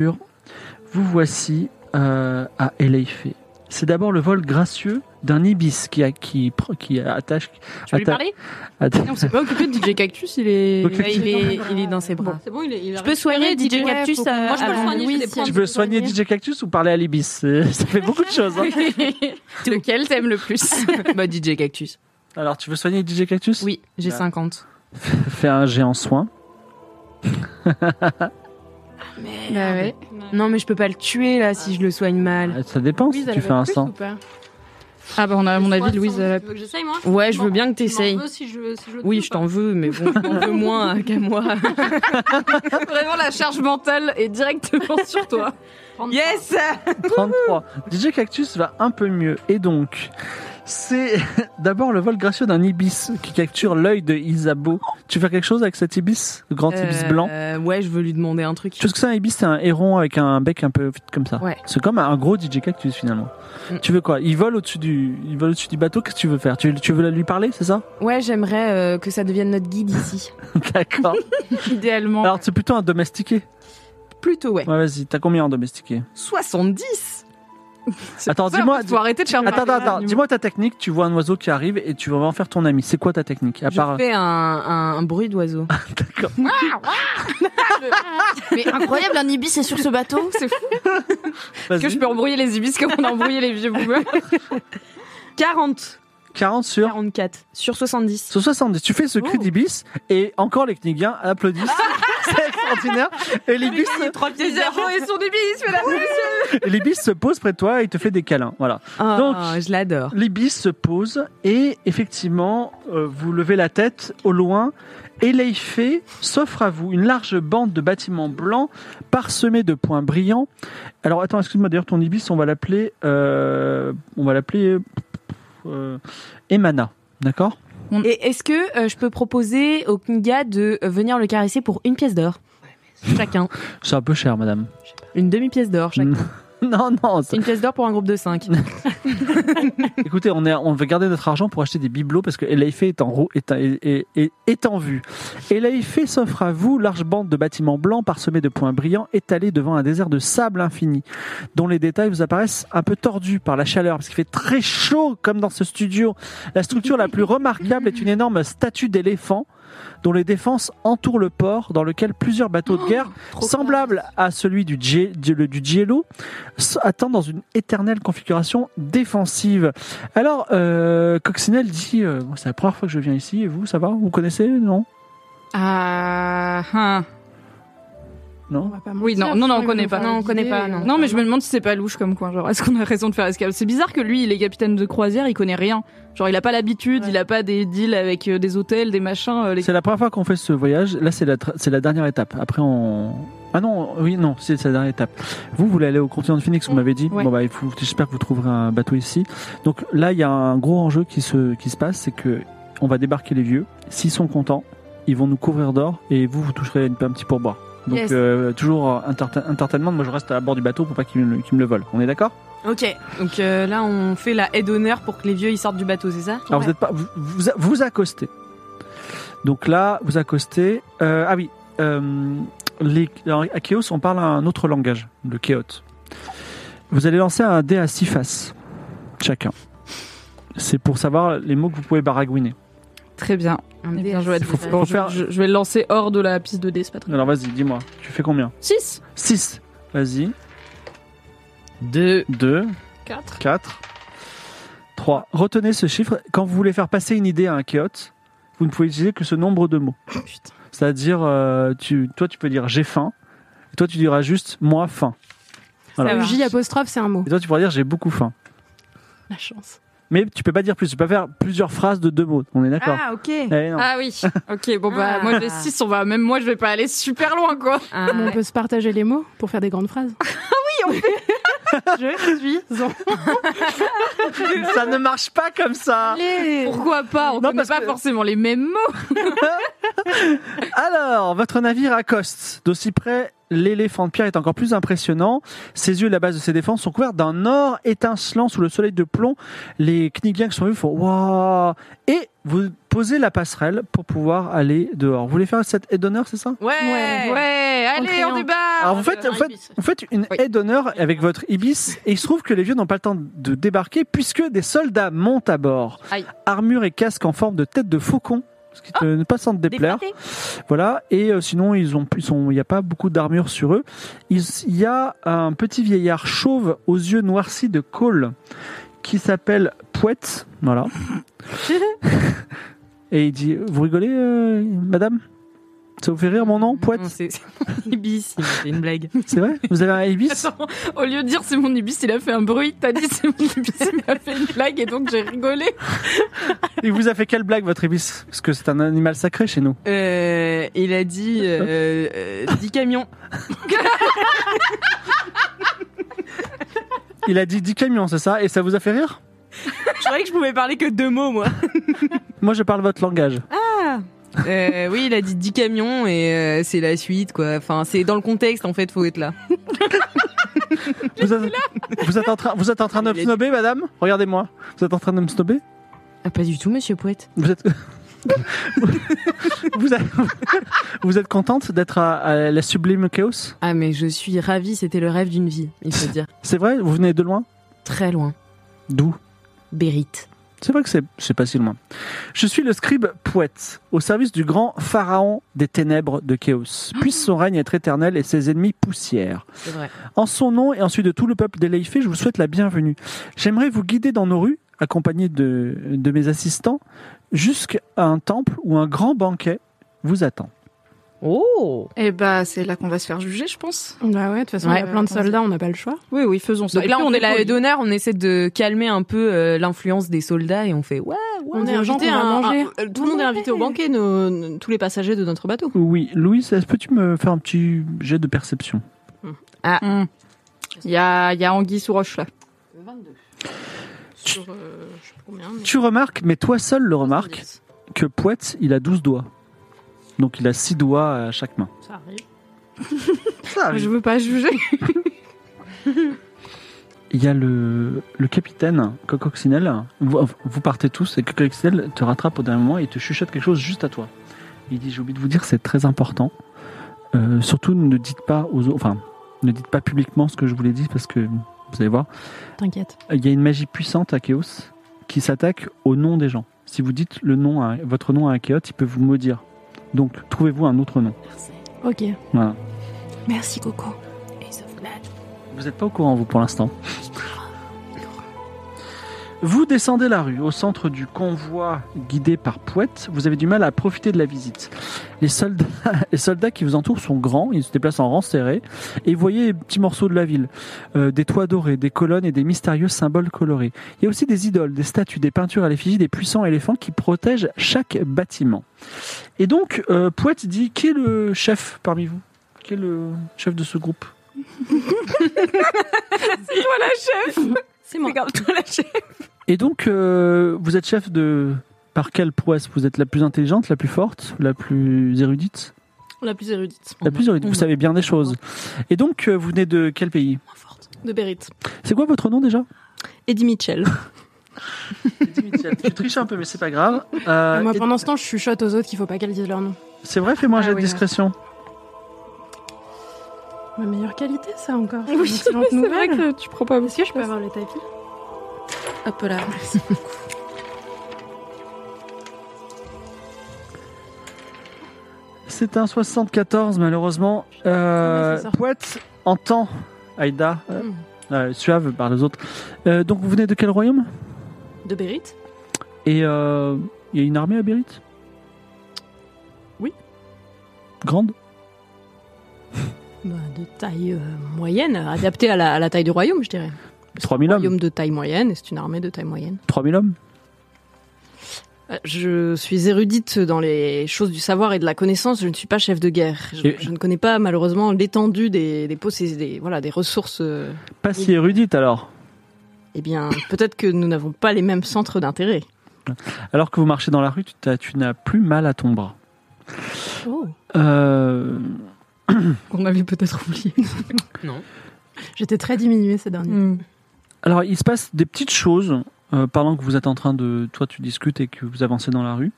Speaker 2: Vous voici euh, à Eleifé. C'est d'abord le vol gracieux d'un ibis qui, a, qui, pr- qui attache.
Speaker 3: Tu veux lui
Speaker 2: atta-
Speaker 3: parler
Speaker 2: atta-
Speaker 3: On s'est pas occupé de DJ Cactus, il est.
Speaker 2: Donc,
Speaker 5: il, est, il est dans ses bras.
Speaker 7: C'est bon, il est.
Speaker 5: Je peux soigner DJ Cactus
Speaker 4: faut-
Speaker 5: euh,
Speaker 4: moi, je peux le
Speaker 5: avant-
Speaker 4: soigner, je vais prendre-
Speaker 2: Tu veux soigner DJ Cactus ou parler à l'ibis C'est- Ça fait beaucoup de choses. hein.
Speaker 3: Lequel t'aimes le plus
Speaker 5: Bah, DJ Cactus.
Speaker 2: Alors, tu veux soigner DJ Cactus
Speaker 5: Oui, j'ai
Speaker 2: Bah.
Speaker 5: 50.
Speaker 2: Fais un géant soin.
Speaker 3: Bah ouais.
Speaker 5: Non, mais je peux pas le tuer là si je le soigne mal.
Speaker 2: Ça dépend si
Speaker 4: Louise, elle
Speaker 2: tu
Speaker 4: avait
Speaker 2: fais un
Speaker 4: plus
Speaker 2: sang.
Speaker 4: ou pas
Speaker 3: Ah bah on a, à mon avis, Louise. elle a-
Speaker 7: Tu veux que j'essaye,
Speaker 4: Ah.
Speaker 7: moi
Speaker 5: Ouais, Eh, je veux bien que
Speaker 7: Tu m'en
Speaker 5: t'essayes.
Speaker 7: veux si je- si je le
Speaker 5: Oui,
Speaker 7: tue
Speaker 5: je
Speaker 7: ou pas
Speaker 5: t'en veux, mais bon, t'en veux moins qu'à moi.
Speaker 3: Vraiment, la charge mentale est directement sur toi.
Speaker 7: Prendre ça.
Speaker 5: Yes
Speaker 2: 33. DJ Cactus va un peu mieux. Et donc, c'est d'abord le vol gracieux d'un ibis qui capture l'œil de Isabeau. Tu veux faire quelque chose avec cet ibis Le grand ibis
Speaker 5: Euh,
Speaker 2: blanc
Speaker 5: Ouais, je veux lui demander un truc.
Speaker 2: Tu sais ce que c'est un ibis C'est un héron avec un bec un peu comme ça.
Speaker 5: Ouais.
Speaker 2: C'est comme un gros DJ Cactus finalement.
Speaker 5: Mm.
Speaker 2: Tu veux quoi Il vole au-dessus du, il vole au-dessus du bateau. Qu'est-ce que tu veux faire tu, tu veux lui parler, c'est ça
Speaker 5: Ouais, j'aimerais euh, que ça devienne notre guide ici.
Speaker 2: D'accord.
Speaker 3: Idéalement.
Speaker 2: Alors c'est plutôt un domestiqué.
Speaker 5: Plutôt, ouais.
Speaker 2: Ouais, vas-y. T'as combien en domestiqué
Speaker 5: 70
Speaker 2: Attends,
Speaker 3: Ça, en
Speaker 2: dis-moi.
Speaker 3: fait, faut arrêter de faire
Speaker 2: Attends, attends,
Speaker 3: marrer les
Speaker 2: attends.
Speaker 3: animaux.
Speaker 2: dis-moi ta technique. Tu vois un oiseau qui arrive et tu vas en faire ton ami. C'est quoi ta technique À
Speaker 5: Je
Speaker 2: part.
Speaker 5: fais un, un- un bruit d'oiseau.
Speaker 2: D'accord.
Speaker 3: Mais incroyable, un ibis est sur ce bateau, c'est fou. Est-ce que
Speaker 2: Vas-y.
Speaker 3: je peux embrouiller les ibis comme on a embrouillé les vieux boomers
Speaker 5: 40
Speaker 2: 40 sur.
Speaker 5: 44 sur 70.
Speaker 2: Sur 70, tu fais ce
Speaker 3: Oh.
Speaker 2: cri d'ibis et encore les Knigiens applaudissent. C'est extraordinaire. Et l'ibis,
Speaker 3: Isabeau et son ibis, mesdames et messieurs.
Speaker 2: l'ibis se pose près de toi et il te fait des câlins. Voilà.
Speaker 5: Ah,
Speaker 2: Donc-
Speaker 5: je l'adore.
Speaker 2: L'ibis se pose et effectivement, euh, vous levez la tête au loin et l'Eiffé s'offre à vous une large bande de bâtiments blancs parsemés de points brillants. Alors attends, excuse-moi d'ailleurs, ton ibis, on va l'appeler, euh, on va l'appeler euh, Emana, d'accord
Speaker 5: Et est-ce que euh, je peux proposer au Kniga de euh, venir le caresser pour une pièce d'or Chacun.
Speaker 2: C'est un peu cher, madame.
Speaker 5: Une demi-pièce d'or chacun.
Speaker 2: Non, non. ça-
Speaker 5: Une pièce d'or pour un groupe de 5.
Speaker 2: Écoutez, on, est, on veut garder notre argent pour acheter des bibelots parce que Elaïfé E est en, roue- est, est- est- est en vue. Elaïfé E s'offre à vous large bande de bâtiments blancs parsemés de points brillants étalés devant un désert de sable infini, dont les détails vous apparaissent un peu tordus par la chaleur parce qu'il fait très chaud comme dans ce studio. La structure la plus remarquable est une énorme statue d'éléphant dont les défenses entourent le port dans lequel plusieurs bateaux de guerre, semblables à celui du, Gie- du, le- du Giello, s- attendent dans une éternelle configuration défensive. Alors, euh, Coccinelle dit euh, Moi, C'est la première fois que je viens ici, et vous, ça va Vous connaissez Non
Speaker 3: Ah, hein.
Speaker 4: On
Speaker 2: Non
Speaker 4: va pas
Speaker 3: Oui,
Speaker 4: mentir,
Speaker 3: non, non, non, on
Speaker 4: ils
Speaker 3: connaît
Speaker 4: vont
Speaker 3: pas.
Speaker 4: faire
Speaker 5: Non, on
Speaker 4: une
Speaker 5: connaît
Speaker 4: idée,
Speaker 5: pas,
Speaker 4: euh,
Speaker 5: non.
Speaker 3: Non, mais je me demande si c'est pas louche comme coin. Genre, est-ce qu'on a raison de faire escale C'est bizarre que lui, il est capitaine de croisière, il connaît rien. Genre, il a pas l'habitude, il a pas des deals avec euh, des hôtels, des machins. euh, les-
Speaker 2: C'est la première fois qu'on fait ce voyage. Là, c'est la, tra- c'est la dernière étape. Après, on. Ah non, oui, non, c'est c'est la dernière étape. Vous, vous voulez aller au continent de Phoenix, vous m'avez dit.
Speaker 3: Mm, Ouais.
Speaker 2: Bon, bah, il faut- j'espère que vous trouverez un bateau ici. Donc là, il y a un gros enjeu qui se, qui se passe c'est que on va débarquer les vieux. S'ils sont contents, ils vont nous couvrir d'or et vous, vous toucherez une- un petit pourboire. Donc,
Speaker 5: Yes.
Speaker 2: euh, toujours euh, entertain- entertainment, moi je reste à bord du bateau pour pas qu'ils me, qu'ils me le volent. On est d'accord
Speaker 5: Ok, donc euh, là on fait la aide d'honneur pour que les vieux ils sortent du bateau, c'est ça
Speaker 2: Alors Ah, vous êtes pas, vous, vous, vous accostez. Donc là, vous accostez. Euh, ah oui, euh, les, alors, à Chaos, on parle un autre langage, le Chaos. Vous allez lancer un dé à six faces, chacun. C'est pour savoir les mots que vous pouvez baragouiner.
Speaker 3: Très bien.
Speaker 5: On
Speaker 3: Bien joué.
Speaker 2: Il faut-
Speaker 3: Adrien.
Speaker 2: faut
Speaker 3: Je-
Speaker 2: faire-
Speaker 3: je, je vais le lancer hors de la piste de dés, c'est pas très
Speaker 2: Alors vas-y, dis-moi, tu fais combien
Speaker 3: 6
Speaker 2: 6. Vas-y.
Speaker 8: 2.
Speaker 2: 2,
Speaker 3: 4
Speaker 2: 4, 3. Retenez ce chiffre. Quand vous voulez faire passer une idée à un chaote, vous ne pouvez utiliser que ce nombre de mots. C'est-à-dire, euh, tu, toi, tu peux dire j'ai faim. Et toi, tu diras juste moi faim. Voilà.
Speaker 4: Le J apostrophe, c'est un mot.
Speaker 2: Et toi, tu pourras dire j'ai beaucoup faim.
Speaker 4: La chance.
Speaker 2: Mais tu peux pas dire plus. Tu peux pas faire plusieurs phrases de deux mots. On est d'accord
Speaker 5: Ah ok.
Speaker 2: Eh non.
Speaker 3: Ah oui. Ok, bon bah,
Speaker 5: Ah.
Speaker 3: moi j'ai 6, on va, même moi je vais pas aller super loin quoi.
Speaker 5: Ah,
Speaker 4: Mais On peut se partager les mots pour faire des grandes phrases.
Speaker 5: je suis.
Speaker 2: Ça ne marche pas comme ça.
Speaker 3: Pourquoi pas On
Speaker 2: Non,
Speaker 3: connaît
Speaker 2: parce
Speaker 3: pas
Speaker 2: que-
Speaker 3: forcément les mêmes mots.
Speaker 2: Alors, votre navire accoste. D'aussi près, l'éléphant de pierre est encore plus impressionnant. Ses yeux et la base de ses défenses sont couverts d'un or étincelant sous le soleil de plomb. Les Knigiens qui sont venus font Waouh Et vous posez la passerelle pour pouvoir aller dehors. Vous voulez faire cette aide d'honneur, c'est ça
Speaker 5: Ouais.
Speaker 3: Ouais, allez, on
Speaker 5: crayon.
Speaker 3: débarque
Speaker 2: Alors, vous faites, vous faites, vous faites une
Speaker 3: Oui.
Speaker 2: aide d'honneur avec votre ibis et il se trouve que les vieux n'ont pas le temps de débarquer puisque des soldats montent à bord.
Speaker 3: Aïe.
Speaker 2: Armure et casque en forme de tête de faucon, ce qui te- ne pas sans te déplaire. Voilà, et euh, sinon, ils ont, ils sont- il n'y a pas beaucoup d'armure sur eux. Ils- Il y a un petit vieillard chauve aux yeux noircis de colle qui s'appelle Pouette. Voilà. et il dit Vous rigolez, euh, madame Ça vous fait rire mon nom, Pouette
Speaker 5: Non, C'est c'est ibis, c'est une blague.
Speaker 2: C'est vrai Vous avez un ibis
Speaker 3: Attends, au lieu de dire c'est mon ibis, il a fait un bruit. T'as dit c'est mon ibis, il a fait une blague et donc j'ai rigolé.
Speaker 2: Il vous a fait quelle blague, votre ibis Parce que c'est un animal sacré chez nous.
Speaker 5: Euh, il a dit euh, euh, 10 camions.
Speaker 2: Il a dit 10 camions, c'est ça Et ça vous a fait rire
Speaker 5: Je croyais que je pouvais parler que deux mots moi.
Speaker 2: Moi, je parle votre langage.
Speaker 5: Euh, oui, il a dit 10 camions et euh, c'est la suite quoi. Enfin, c'est dans le contexte en fait, faut être là.
Speaker 2: Vous êtes, vous êtes en train, vous êtes en train de
Speaker 5: Il a
Speaker 2: me
Speaker 5: dit-
Speaker 2: snobber, madame Regardez-moi. Vous êtes en train de me snobber
Speaker 5: Ah, pas du tout, monsieur Pouette.
Speaker 2: Vous êtes. vous, êtes... vous êtes contente d'être à, à la sublime Chaos
Speaker 5: Ah, mais je suis ravie, c'était le rêve d'une vie, il faut dire.
Speaker 2: C'est vrai Vous venez de loin
Speaker 5: Très loin.
Speaker 2: D'où
Speaker 5: Bérite.
Speaker 2: C'est vrai que c'est c'est pas si loin. Je suis le scribe Pouette, au service du grand pharaon des ténèbres de Chaos. Puisse son règne être éternel et ses ennemis poussière.
Speaker 5: C'est vrai.
Speaker 2: En son nom et ensuite de tout le peuple d'Eleifé, je vous souhaite la bienvenue. J'aimerais vous guider dans nos rues, accompagné de, de mes assistants, jusqu'à un temple où un grand banquet vous attend.
Speaker 5: Oh
Speaker 3: Eh bah, c'est là qu'on va se faire juger, je pense.
Speaker 4: Bah ouais, de toute façon,
Speaker 5: Ouais.
Speaker 4: il y a plein de soldats, on n'a pas le choix.
Speaker 3: Oui, oui, faisons ça.
Speaker 5: Donc là, on est la
Speaker 3: là
Speaker 5: haie d'honneur, on essaie de calmer un peu euh, l'influence des soldats et on fait ouais, ouais.
Speaker 4: On est invité à manger.
Speaker 7: tout le monde est invité au banquet, nos- nos- tous les passagers de notre bateau.
Speaker 2: Oui, Louis, est-ce que tu me faire un petit jet de perception
Speaker 3: Bah, Mm. Il y a, il y a Anguille sous roche là.
Speaker 4: Sur, euh, je sais pas combien, mais-
Speaker 2: Tu remarques, mais toi seul le remarques, que Pouette, il a 12 doigts. Donc il a 6 doigts à chaque main.
Speaker 4: Ça arrive.
Speaker 2: Ça
Speaker 3: Je veux pas juger.
Speaker 2: il y a le, le capitaine Cococcinelle. Vous, vous partez tous et Cococcinelle te rattrape au dernier moment et te chuchote quelque chose juste à toi. Il dit J'ai oublié de vous dire, c'est très important. Euh, surtout, ne dites pas aux autres, enfin, ne dites pas publiquement ce que je vous l'ai dit parce que vous allez voir.
Speaker 7: T'inquiète.
Speaker 2: Il y a une magie puissante à Chaos qui s'attaque au nom des gens. Si vous dites le nom à- votre nom à un Chaos, il peut vous maudire. Donc, trouvez-vous un autre nom.
Speaker 4: Ok.
Speaker 2: Voilà.
Speaker 4: Merci, Coco.
Speaker 2: Vous n'êtes pas au courant, vous, pour l'instant. Vous descendez la rue, au centre du convoi guidé par Pouette. Vous avez du mal à profiter de la visite. Les soldats, les soldats qui vous entourent sont grands, ils se déplacent en rangs serrés, et vous voyez des petits morceaux de la ville. Euh, des toits dorés, des colonnes et des mystérieux symboles colorés. Il y a aussi des idoles, des statues, des peintures à l'effigie des puissants éléphants qui protègent chaque bâtiment. Et donc, euh, Pouette dit, qui est le chef parmi vous Qui est le chef de ce groupe
Speaker 3: C'est toi la chef
Speaker 7: C'est moi.
Speaker 3: toi la chef
Speaker 2: Et donc, euh, vous êtes chef de. Par quelle prouesse Vous êtes la plus intelligente, la plus forte, la plus érudite
Speaker 7: La plus érudite.
Speaker 2: La plus érudite. Vous savez bien des choses. Et donc, euh, vous venez de quel pays
Speaker 7: De Bérite.
Speaker 2: C'est quoi votre nom déjà
Speaker 7: Eddie Mitchell.
Speaker 2: Tu triches un peu, mais c'est pas grave. Euh,
Speaker 4: Moi,
Speaker 2: et-
Speaker 4: pendant ce temps, je chuchote aux autres qu'il faut pas qu'elles disent leur nom.
Speaker 2: c'est vrai, fais-moi un
Speaker 3: Ah
Speaker 2: jet de
Speaker 3: oui,
Speaker 2: discrétion.
Speaker 4: Ma meilleure qualité, ça encore.
Speaker 3: Oui,
Speaker 4: C'est une excellente
Speaker 3: c'est vrai
Speaker 4: nouvelle.
Speaker 3: que tu prends pas
Speaker 4: Est-ce que je peux avoir le tapis
Speaker 7: Hop là.
Speaker 2: C'est un 74, malheureusement. Euh,
Speaker 4: Ah, mais ça sort.
Speaker 2: Poète entend Aïda, euh, euh, suave par les autres. Euh, donc, vous venez de quel royaume
Speaker 7: De Bérite
Speaker 2: Et euh, il y a une armée à Bérite
Speaker 7: Oui.
Speaker 2: Grande
Speaker 7: Bah, De taille euh, moyenne, adaptée à la, à la taille du royaume, je dirais.
Speaker 2: 3000 hommes
Speaker 7: Royaume de taille moyenne, et c'est une armée de taille moyenne.
Speaker 2: 3000 hommes
Speaker 7: Euh, Je suis érudite dans les choses du savoir et de la connaissance. Je ne suis pas chef de guerre. Je,
Speaker 2: Et-
Speaker 7: je ne connais pas malheureusement l'étendue des, des, possé- des- voilà des ressources. euh,
Speaker 2: Pas si érudite alors.
Speaker 7: Eh bien, peut-être que nous n'avons pas les mêmes centres d'intérêt.
Speaker 2: Alors que vous marchez dans la rue, tu, t'as- tu n'as plus mal à ton bras.
Speaker 7: Oh.
Speaker 2: Euh,
Speaker 7: On avait peut-être oublié.
Speaker 4: J'étais très diminuée ces derniers.
Speaker 3: Mm.
Speaker 2: alors il se passe des petites choses euh, pendant que vous êtes en train de... Toi tu discutes et que vous avancez dans la rue.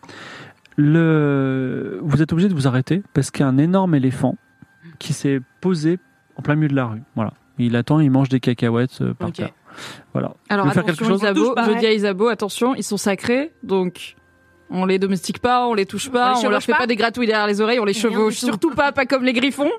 Speaker 2: Le, vous êtes obligé de vous arrêter parce qu'il y a un énorme éléphant qui s'est posé en plein milieu de la rue. Voilà. Il attend, il mange des cacahuètes euh, par
Speaker 5: Ok.
Speaker 2: terre. Voilà.
Speaker 3: Alors
Speaker 2: Tu veux faire quelque
Speaker 3: attention
Speaker 2: chose
Speaker 3: Isabeau,
Speaker 7: pas,
Speaker 3: je
Speaker 7: ouais.
Speaker 3: dis à Isabeau, attention, ils sont sacrés, donc on les domestique pas, on les touche
Speaker 7: On
Speaker 3: pas,
Speaker 7: les
Speaker 3: on, leur
Speaker 7: chevauche
Speaker 3: fait
Speaker 7: pas.
Speaker 3: pas des gratouilles derrière les oreilles, on les
Speaker 7: Rien du
Speaker 3: chevauche
Speaker 7: tout.
Speaker 3: surtout pas, pas comme les griffons.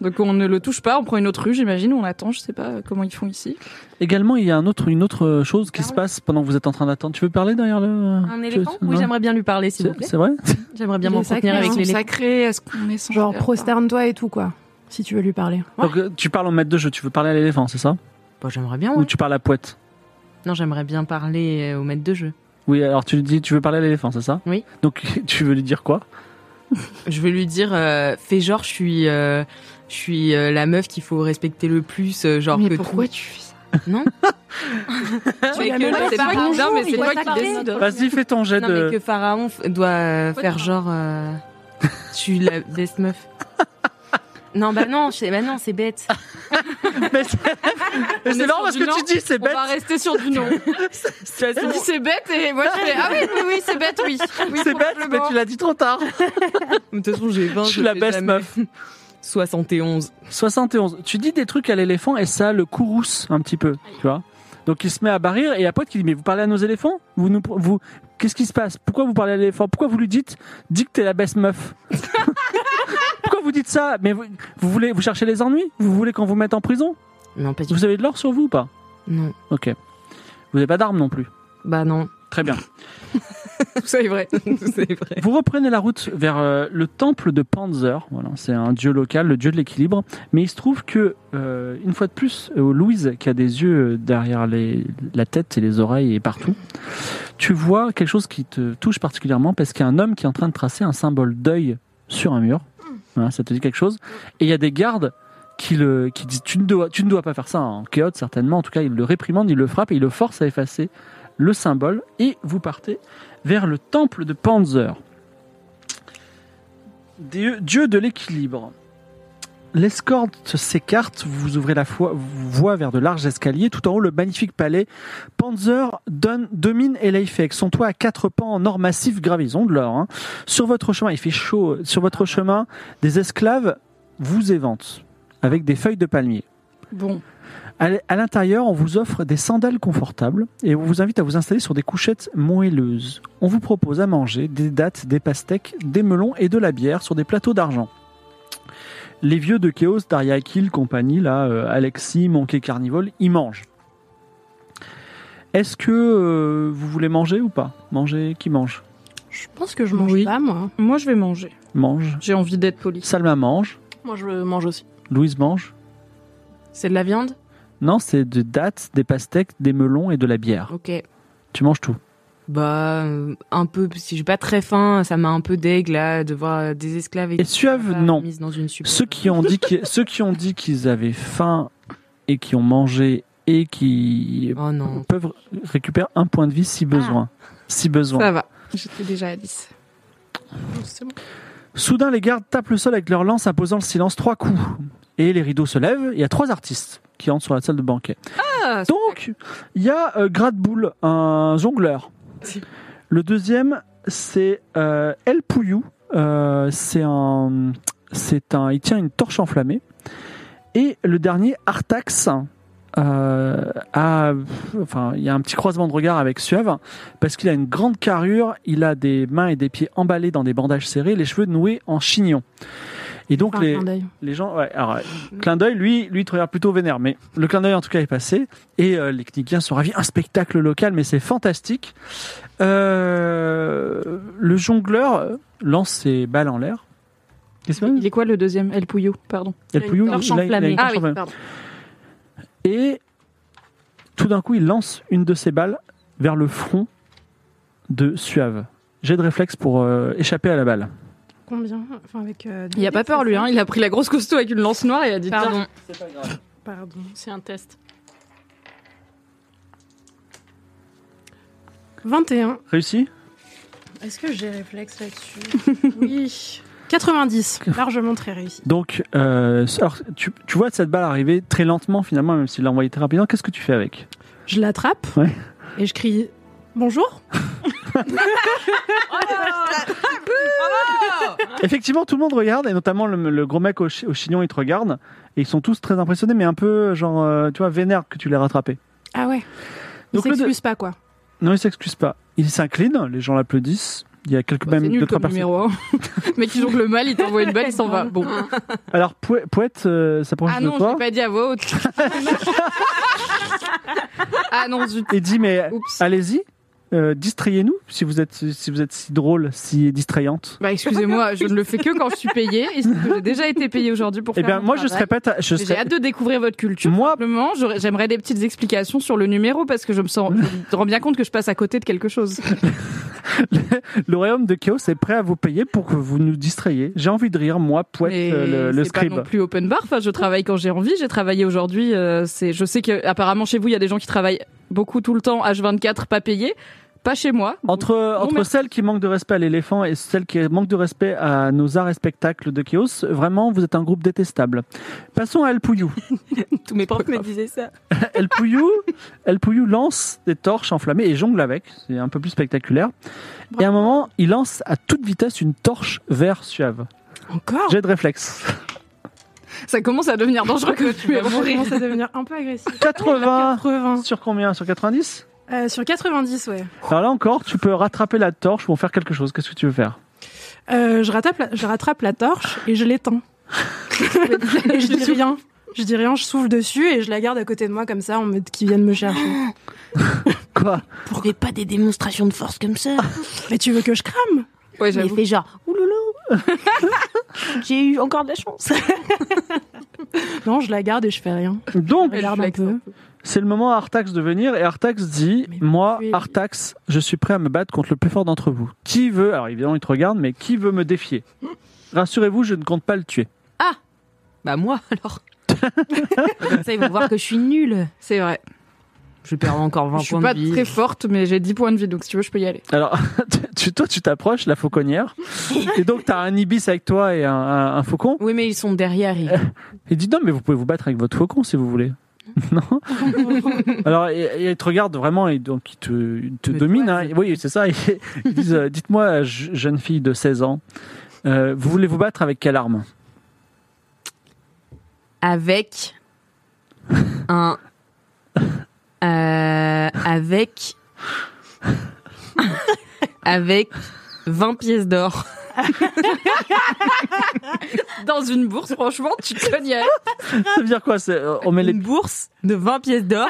Speaker 3: Donc on ne le touche pas, on prend une autre rue, j'imagine, ou on attend, je sais pas comment ils font ici.
Speaker 2: Également, il y a un autre, une autre chose qui se passe pendant que vous êtes en train d'attendre. Tu veux parler derrière le...
Speaker 5: Bah
Speaker 2: euh,
Speaker 5: Un
Speaker 2: tu-
Speaker 5: éléphant Oui,
Speaker 2: non
Speaker 5: j'aimerais bien lui parler, s'il vous
Speaker 2: C'est
Speaker 5: plaît.
Speaker 2: c'est vrai
Speaker 5: J'aimerais bien
Speaker 4: Il est
Speaker 5: m'entretenir
Speaker 4: sacré,
Speaker 5: avec
Speaker 4: hein.
Speaker 3: Ils sont
Speaker 5: l'éléphant.
Speaker 3: sacrés, est-ce qu'on est sans
Speaker 4: Genre,
Speaker 3: faire
Speaker 4: prosterne-toi et tout, quoi. Si tu veux lui parler.
Speaker 2: Donc, euh, tu parles en maître de jeu, tu veux parler à l'éléphant, c'est ça
Speaker 5: Bah, j'aimerais bien,
Speaker 2: Ou
Speaker 5: ouais.
Speaker 2: tu parles à Pouette
Speaker 5: Non, j'aimerais bien parler euh, au maître de jeu.
Speaker 2: Oui, alors tu lui dis, tu veux parler à l'éléphant, c'est ça
Speaker 5: Oui.
Speaker 2: Donc tu veux lui dire quoi
Speaker 5: Je vais lui dire, euh, fais genre, je suis, euh, je suis euh, la meuf qu'il faut respecter le plus, euh, genre
Speaker 3: Mais
Speaker 5: que
Speaker 3: pourquoi
Speaker 5: tu fais ça Non.
Speaker 3: Mais
Speaker 4: as
Speaker 3: que-
Speaker 4: même pas
Speaker 3: c'est
Speaker 4: fait
Speaker 3: toi qui-
Speaker 4: bonjour,
Speaker 3: non, mais c'est
Speaker 4: il
Speaker 3: toi
Speaker 4: va
Speaker 3: qui
Speaker 4: parler.
Speaker 3: décides.
Speaker 2: Vas-y, fais ton jet
Speaker 5: Non,
Speaker 2: de.
Speaker 5: mais que Pharaon f- doit euh, faire genre, euh, je suis la best meuf. Non, bah non, je- bah non, c'est bête.
Speaker 2: Mais c'est mais c'est
Speaker 3: sur
Speaker 2: marrant parce
Speaker 3: du
Speaker 2: que
Speaker 3: lent,
Speaker 2: tu dis, c'est
Speaker 3: On
Speaker 2: bête.
Speaker 3: va rester sur du nom. Tu dis c'est bête et moi je fais ah oui oui oui c'est bête oui. Oui,
Speaker 2: C'est bête, mais
Speaker 3: probablement.
Speaker 2: tu l'as dit trop tard.
Speaker 5: De toute façon, j'ai 20.
Speaker 2: Je suis la
Speaker 5: fais
Speaker 2: best
Speaker 5: jamais-
Speaker 2: meuf.
Speaker 5: 71.
Speaker 2: 71. Tu dis des trucs à l'éléphant et ça le courrouce un petit peu, tu vois. Donc il se met à barrir et il y a Pote qui dit mais vous parlez à nos éléphants Vous nous vous qu'est-ce qui se passe Pourquoi vous parlez à l'éléphant Pourquoi vous lui dites dis que t'es la best meuf Pourquoi vous dites ça Mais vous, vous voulez vous cherchez les ennuis Vous voulez qu'on vous mette en prison
Speaker 5: Non, pas du tout.
Speaker 2: Vous avez de l'or sur vous ou pas
Speaker 5: Non.
Speaker 2: Ok. Vous n'avez pas d'armes non plus.
Speaker 5: Bah non.
Speaker 2: Très bien.
Speaker 3: Tout ça est vrai.
Speaker 5: c'est vrai.
Speaker 2: Vous reprenez la route vers euh, le temple de Panzer. Voilà, c'est un dieu local, le dieu de l'équilibre. Mais il se trouve que, euh, une fois de plus, euh, Louise, qui a des yeux euh, derrière les- la tête et les oreilles et partout, tu vois quelque chose qui te touche particulièrement parce qu'il y a un homme qui est en train de tracer un symbole d'œil sur un mur. Voilà, ça te dit quelque chose. Et il y a des gardes qui, le, qui disent tu ne, dois, tu ne dois pas faire ça. En chaos, certainement. En tout cas, il le réprimande, il le frappe et il le force à effacer le symbole. Et vous partez vers le temple de Panzer. Dieu, dieu de l'équilibre. l'escorte s'écarte, vous ouvrez la foi- voie vers de larges escaliers. Tout en haut, le magnifique palais Panzer donne, domine et Leifek. Son toit à quatre pans en or massif gravé, ils ont de l'or. hein. Sur votre chemin, il fait chaud, sur votre chemin, des esclaves vous éventent avec des feuilles de palmier.
Speaker 3: Bon.
Speaker 2: À l- à l'intérieur, on vous offre des sandales confortables et on vous invite à vous installer sur des couchettes moelleuses. On vous propose à manger des dattes, des pastèques, des melons et de la bière sur des plateaux d'argent. Les vieux de Chaos, Dariakil, compagnie, là, euh, Alexis, Monkey Carnivore, ils mangent. Est-ce que euh, vous voulez manger ou pas Manger, qui mange
Speaker 4: Je pense que je mange pas, moi.
Speaker 3: Moi, je vais manger.
Speaker 2: Mange.
Speaker 3: J'ai envie d'être poli.
Speaker 2: Salma mange.
Speaker 7: Moi, je mange aussi.
Speaker 2: Louise mange.
Speaker 7: C'est de la viande
Speaker 2: Non, c'est des dattes, des pastèques, des melons et de la bière.
Speaker 5: Ok.
Speaker 2: Tu manges tout.
Speaker 5: Bah, euh, un peu, si j'ai pas très faim, ça m'a un peu deg là, de voir des esclaves et
Speaker 2: Et
Speaker 3: Bah,
Speaker 2: suave, non.
Speaker 5: mises dans une soupe.
Speaker 2: Ceux qui ont dit qu'ils- ceux qui ont dit qu'ils avaient faim et qui ont mangé et qui
Speaker 5: Oh non.
Speaker 2: peuvent récupérer un point de vie si besoin. Si besoin.
Speaker 3: Ça va. J'étais déjà à 10. C'est bon.
Speaker 2: Soudain, les gardes tapent le sol avec leurs lances, imposant le silence trois coups. Et les rideaux se lèvent. Il y a trois artistes qui entrent sur la salle de banquet. Donc, il y a euh, Gradboul, un jongleur. Le deuxième, c'est euh, El Pouillou. Euh, c'est un, c'est un, il tient une torche enflammée. Et le dernier, Artax. euh, a- enfin, il y a un petit croisement de regard avec Suave parce qu'il a une grande carrure, il a des mains et des pieds emballés dans des bandages serrés, les cheveux noués en chignon. Et donc
Speaker 4: Enfin,
Speaker 5: Ah,
Speaker 2: les,
Speaker 4: clin d'œil.
Speaker 2: les gens, ouais, alors, ouais, clin d'œil, lui, lui, il te regarde plutôt vénère, mais le clin d'œil en tout cas est passé. Et euh, les Knikiens sont ravis. Un spectacle local, mais c'est fantastique. Euh, le jongleur euh, lance ses balles en l'air. Qu'est-ce que
Speaker 3: Il est quoi le deuxième El Pouillou, pardon.
Speaker 2: Il y a le pouillou, il a- il a une torche
Speaker 3: Ah oui,
Speaker 2: enflammée.
Speaker 3: pardon.
Speaker 2: Et tout d'un coup, il lance une de ses balles vers le front de Suave. J'ai de réflexe pour euh, échapper à la balle.
Speaker 4: Combien Enfin, avec. euh,
Speaker 3: Il a pas peur lui, hein. Il a pris la grosse costaud avec une lance noire et a dit bah,
Speaker 7: Pardon.
Speaker 3: Pardon.
Speaker 4: Pardon.
Speaker 7: C'est un test.
Speaker 4: 21.
Speaker 2: Réussi
Speaker 4: Est-ce que j'ai réflexe là-dessus Oui. 90. Largement très réussi.
Speaker 2: Donc, euh, alors, tu, tu vois cette balle arriver très lentement finalement, même s'il l'a envoyée très rapidement. Qu'est-ce que tu fais avec
Speaker 4: Je l'attrape
Speaker 2: Ouais.
Speaker 4: et je crie Bonjour
Speaker 3: Ah.
Speaker 2: Effectivement, tout le monde regarde, et notamment le, le gros mec au, chi- au chignon, il te regarde. Et ils sont tous très impressionnés, mais un peu, genre, euh, tu vois, vénère que tu l'aies rattrapé.
Speaker 4: Ah ouais. Il
Speaker 2: Donc le
Speaker 4: s'excuse pas, quoi.
Speaker 2: Non, il s'excuse pas. Il s'incline, les gens l'applaudissent. Il y a quelques
Speaker 3: Bah, C'est
Speaker 2: même deux,
Speaker 3: nul
Speaker 2: trois
Speaker 3: comme
Speaker 2: personnes.
Speaker 3: numéro 1. Mais qui jongle mal, il t'envoie une balle, il s'en va. Bon.
Speaker 2: Alors, Pou- Pouette euh, s'approche
Speaker 3: Ah
Speaker 2: de
Speaker 3: non, je
Speaker 2: toi
Speaker 3: l'ai pas dit à voix haute. ah non, zut.
Speaker 2: et dit Mais
Speaker 3: Oups.
Speaker 2: allez-y, euh, distrayez-nous si vous êtes si vous êtes si drôle, si distrayante.
Speaker 3: Bah excusez-moi, je ne le fais que quand je suis payée. Et c'est que j'ai déjà été payée aujourd'hui pour
Speaker 2: Eh
Speaker 3: faire
Speaker 2: bien,
Speaker 3: mon
Speaker 2: moi, je
Speaker 3: travail.
Speaker 2: serais pas. ta- Je
Speaker 3: Mais
Speaker 2: serais-
Speaker 3: J'ai hâte de découvrir votre culture.
Speaker 2: Moi,
Speaker 3: Simplement, j'aurais- j'aimerais des petites explications sur le numéro parce que je me sens, je me rends bien compte que je passe à côté de quelque chose.
Speaker 2: le royaume de Chaos est prêt à vous payer pour que vous nous distrayiez. J'ai envie de rire, moi, Pouette,
Speaker 3: Mais
Speaker 2: euh, le, le
Speaker 3: c'est pas
Speaker 2: scribe.
Speaker 3: non plus open bar. Enfin, je travaille quand j'ai envie. J'ai travaillé aujourd'hui. euh, c'est, je sais que apparemment chez vous, il y a des gens qui travaillent beaucoup tout le temps, H24, pas payés. Pas chez moi.
Speaker 2: Entre, entre
Speaker 3: merci.
Speaker 2: celle qui manque de respect à l'éléphant et celle qui manque de respect à nos arts et spectacles de Chaos, vraiment, vous êtes un groupe détestable. Passons à El Pouillou.
Speaker 5: Tous mes profs me disaient ça.
Speaker 2: El Pouillou, El Pouillou lance des torches enflammées et jongle avec. C'est un peu plus spectaculaire. Et à un moment, il lance à toute vitesse une torche vert suave.
Speaker 4: Encore
Speaker 2: J'ai de réflexe.
Speaker 3: Ça commence à devenir dangereux que tu es
Speaker 4: Je
Speaker 3: mourir. Ah.
Speaker 4: commence à devenir un peu agressif.
Speaker 2: 80
Speaker 4: 80.
Speaker 2: sur combien Sur 90
Speaker 4: Euh, sur 90, ouais.
Speaker 2: Alors là encore, tu peux rattraper la torche ou en faire quelque chose. Qu'est-ce que tu veux faire
Speaker 4: Euh, je, rattrape la, je rattrape la torche et je l'éteins. et je dis rien. Je dis rien, je souffle dessus et je la garde à côté de moi comme ça en mode qu'ils viennent me chercher.
Speaker 2: Quoi
Speaker 6: Pourquoi pas des démonstrations de force comme ça
Speaker 4: Mais tu veux que je crame
Speaker 3: Ouais,
Speaker 6: Mais
Speaker 3: Ah, j'avoue.
Speaker 6: fais genre, ouloulou J'ai eu encore de la chance.
Speaker 4: Non, je la garde et je fais rien.
Speaker 2: Donc,
Speaker 4: Je regarde un
Speaker 7: hein.
Speaker 4: peu.
Speaker 2: c'est le moment à Artax de venir et Artax dit
Speaker 4: Mais
Speaker 2: Moi,
Speaker 4: oui.
Speaker 2: Artax, je suis prêt à me battre contre le plus fort d'entre vous. Qui veut Alors évidemment, il te regarde, mais qui veut me défier Rassurez-vous, je ne compte pas le tuer.
Speaker 5: Bah moi alors. Comme ça ils vont voir que je suis nulle.
Speaker 3: C'est vrai.
Speaker 5: Je vais perdre encore 20
Speaker 3: Je suis
Speaker 5: points
Speaker 3: pas
Speaker 5: de vie.
Speaker 3: très forte, mais j'ai 10 points de vie, donc si tu veux, je peux y aller.
Speaker 2: Alors, tu, toi, tu t'approches, la fauconnière, et donc t'as un ibis avec toi et un, un- un faucon.
Speaker 5: Oui, mais ils sont derrière. ils-
Speaker 2: Il dit non, mais vous pouvez vous battre avec votre faucon si vous voulez. Non. Alors, et- et il te regarde vraiment et donc il te, il te domine. hein. Oui, c'est ça. Ils disent, euh, dites-moi, je- jeune fille de 16 ans, euh, vous voulez vous battre avec quelle arme
Speaker 5: Avec un. euh, avec. avec 20 pièces d'or.
Speaker 3: Dans une bourse, franchement, tu cognes.
Speaker 2: Ça veut dire quoi c'est, euh, On met les
Speaker 5: Une bourse de 20 pièces d'or.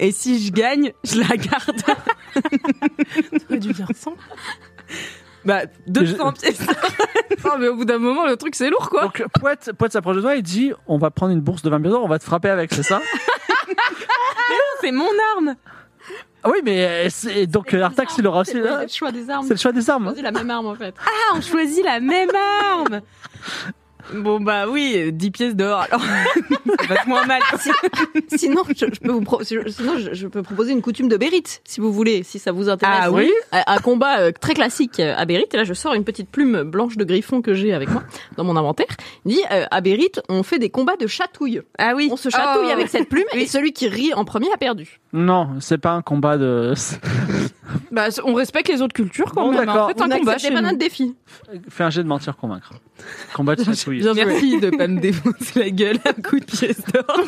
Speaker 5: Et si je gagne, je la garde.
Speaker 4: T'aurais dû dire 100.
Speaker 5: Bah, 200 pièces d'or.
Speaker 3: Non, mais au bout d'un moment, le truc, c'est lourd, quoi.
Speaker 2: Donc Poète, Poète s'approche de toi et dit on va prendre une bourse de 20 pièces d'or, on va te frapper avec, c'est ça
Speaker 5: C'est mon arme.
Speaker 2: Ah oui, mais euh, c'est- donc euh, Artax il aura aussi là.
Speaker 7: choix des armes.
Speaker 2: C'est le choix des armes. hein.
Speaker 7: la même arme en fait.
Speaker 5: Ah, on choisit la même arme. Bon, bah oui, euh, 10 pièces d'or. Alors, ça passe moins mal.
Speaker 7: Sinon, je, je peux vous pro- si- sinon je, je peux proposer une coutume de Bérite, si vous voulez, si ça vous intéresse.
Speaker 5: Ah oui
Speaker 7: un, un combat euh, très classique euh, à Bérite. Et là, je sors une petite plume blanche de griffon que j'ai avec moi dans mon inventaire. Il dit euh, à Bérite, on fait des combats de chatouille.
Speaker 5: Ah oui.
Speaker 7: On se chatouille
Speaker 3: Oh.
Speaker 7: avec cette plume et celui qui rit en premier a perdu.
Speaker 2: Non, c'est pas un combat de.
Speaker 3: Bah, on respecte les autres cultures, quand
Speaker 2: Bon,
Speaker 3: même.
Speaker 2: d'accord.
Speaker 3: hein. Faites un
Speaker 7: on
Speaker 3: combat
Speaker 7: n'accepte
Speaker 3: chez
Speaker 7: pas
Speaker 3: nous.
Speaker 7: notre défi.
Speaker 2: Fais un jet de mentir convaincre. Combat de chatouille.
Speaker 5: Merci de pas me défoncer la gueule à coup de pièces d'or.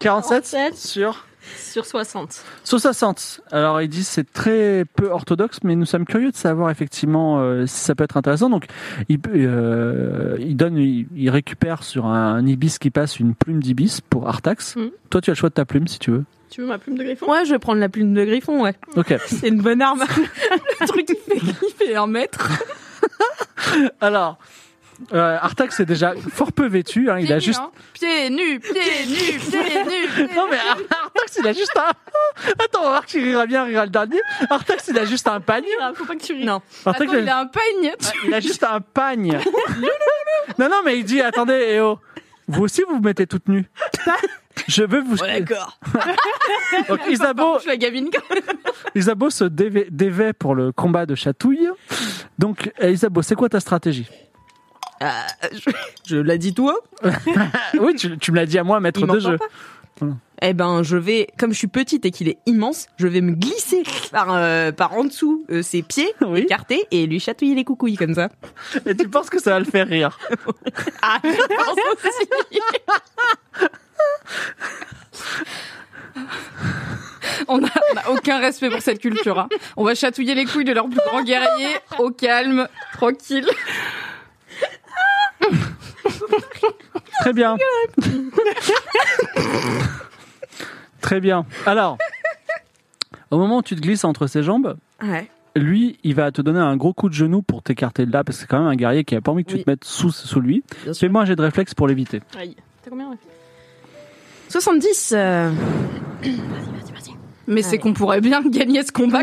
Speaker 2: 47 sur.
Speaker 7: Sur 60.
Speaker 2: Sur 60. Alors il dit c'est très peu orthodoxe, mais nous sommes curieux de savoir effectivement euh, si ça peut être intéressant. Donc il, peut- euh, il donne, il, il récupère sur un, ibis qui passe une plume d'ibis pour Artax.
Speaker 7: Mhm.
Speaker 2: Toi tu as le choix de ta plume si tu veux.
Speaker 7: Tu veux ma plume de griffon
Speaker 5: Ouais, je vais prendre la plume de griffon, ouais.
Speaker 7: Mm.
Speaker 2: Ok.
Speaker 5: C'est une bonne arme.
Speaker 3: Le truc, il fait, il fait un mètre.
Speaker 2: Alors, euh, Artax est déjà fort peu vêtu. hein, il a
Speaker 3: Pieds nus,
Speaker 2: juste.
Speaker 3: hein. Pieds nus, pieds nus, pieds nus.
Speaker 2: Non mais Ar- Artax il a juste un. Attends, on va voir qui rira bien, rira le dernier. Artax il a juste un pagne.
Speaker 7: Faut pas que tu ris.
Speaker 5: Non.
Speaker 2: Artax
Speaker 3: Attends, il a un peigne.
Speaker 2: il a juste un pagne. Non non mais il dit attendez, eh oh, vous aussi vous vous mettez toute nue. Je veux vous.
Speaker 5: D'accord.
Speaker 2: Donc, Isabeau,
Speaker 3: Je la gamine, quand
Speaker 2: Isabeau se dévait, dévait pour le combat de chatouille. Donc eh, Isabeau, c'est quoi ta stratégie
Speaker 7: Euh,
Speaker 5: je je l'ai dit toi
Speaker 2: Oui, tu, tu me l'as dit à moi, maître
Speaker 5: Il
Speaker 2: de
Speaker 5: m'entend
Speaker 2: jeu.
Speaker 5: pas
Speaker 2: Voilà.
Speaker 5: Eh ben, je vais, comme je suis petite et qu'il est immense, je vais me glisser par, euh, par en dessous euh, ses pieds,
Speaker 2: Oui.
Speaker 5: écartés, et lui chatouiller les coucouilles comme ça.
Speaker 2: Et tu penses que ça va le faire rire
Speaker 5: Ah,
Speaker 3: On n'a aucun respect pour cette culture. hein. On va chatouiller les couilles de leurs plus grands guerriers au calme, tranquille.
Speaker 2: Très bien. Très bien. Alors, au moment où tu te glisses entre ses jambes,
Speaker 5: ouais.
Speaker 2: lui, il va te donner un gros coup de genou pour t'écarter de là, parce que c'est quand même un guerrier qui a pas envie que tu
Speaker 5: Oui.
Speaker 2: te mettes sous, sous lui.
Speaker 5: Bien sûr.
Speaker 2: Fais-moi un jet de réflexe pour l'éviter.
Speaker 7: Aïe. T'as combien
Speaker 5: 70. euh,
Speaker 3: Mais c'est qu'on pourrait bien gagner ce combat.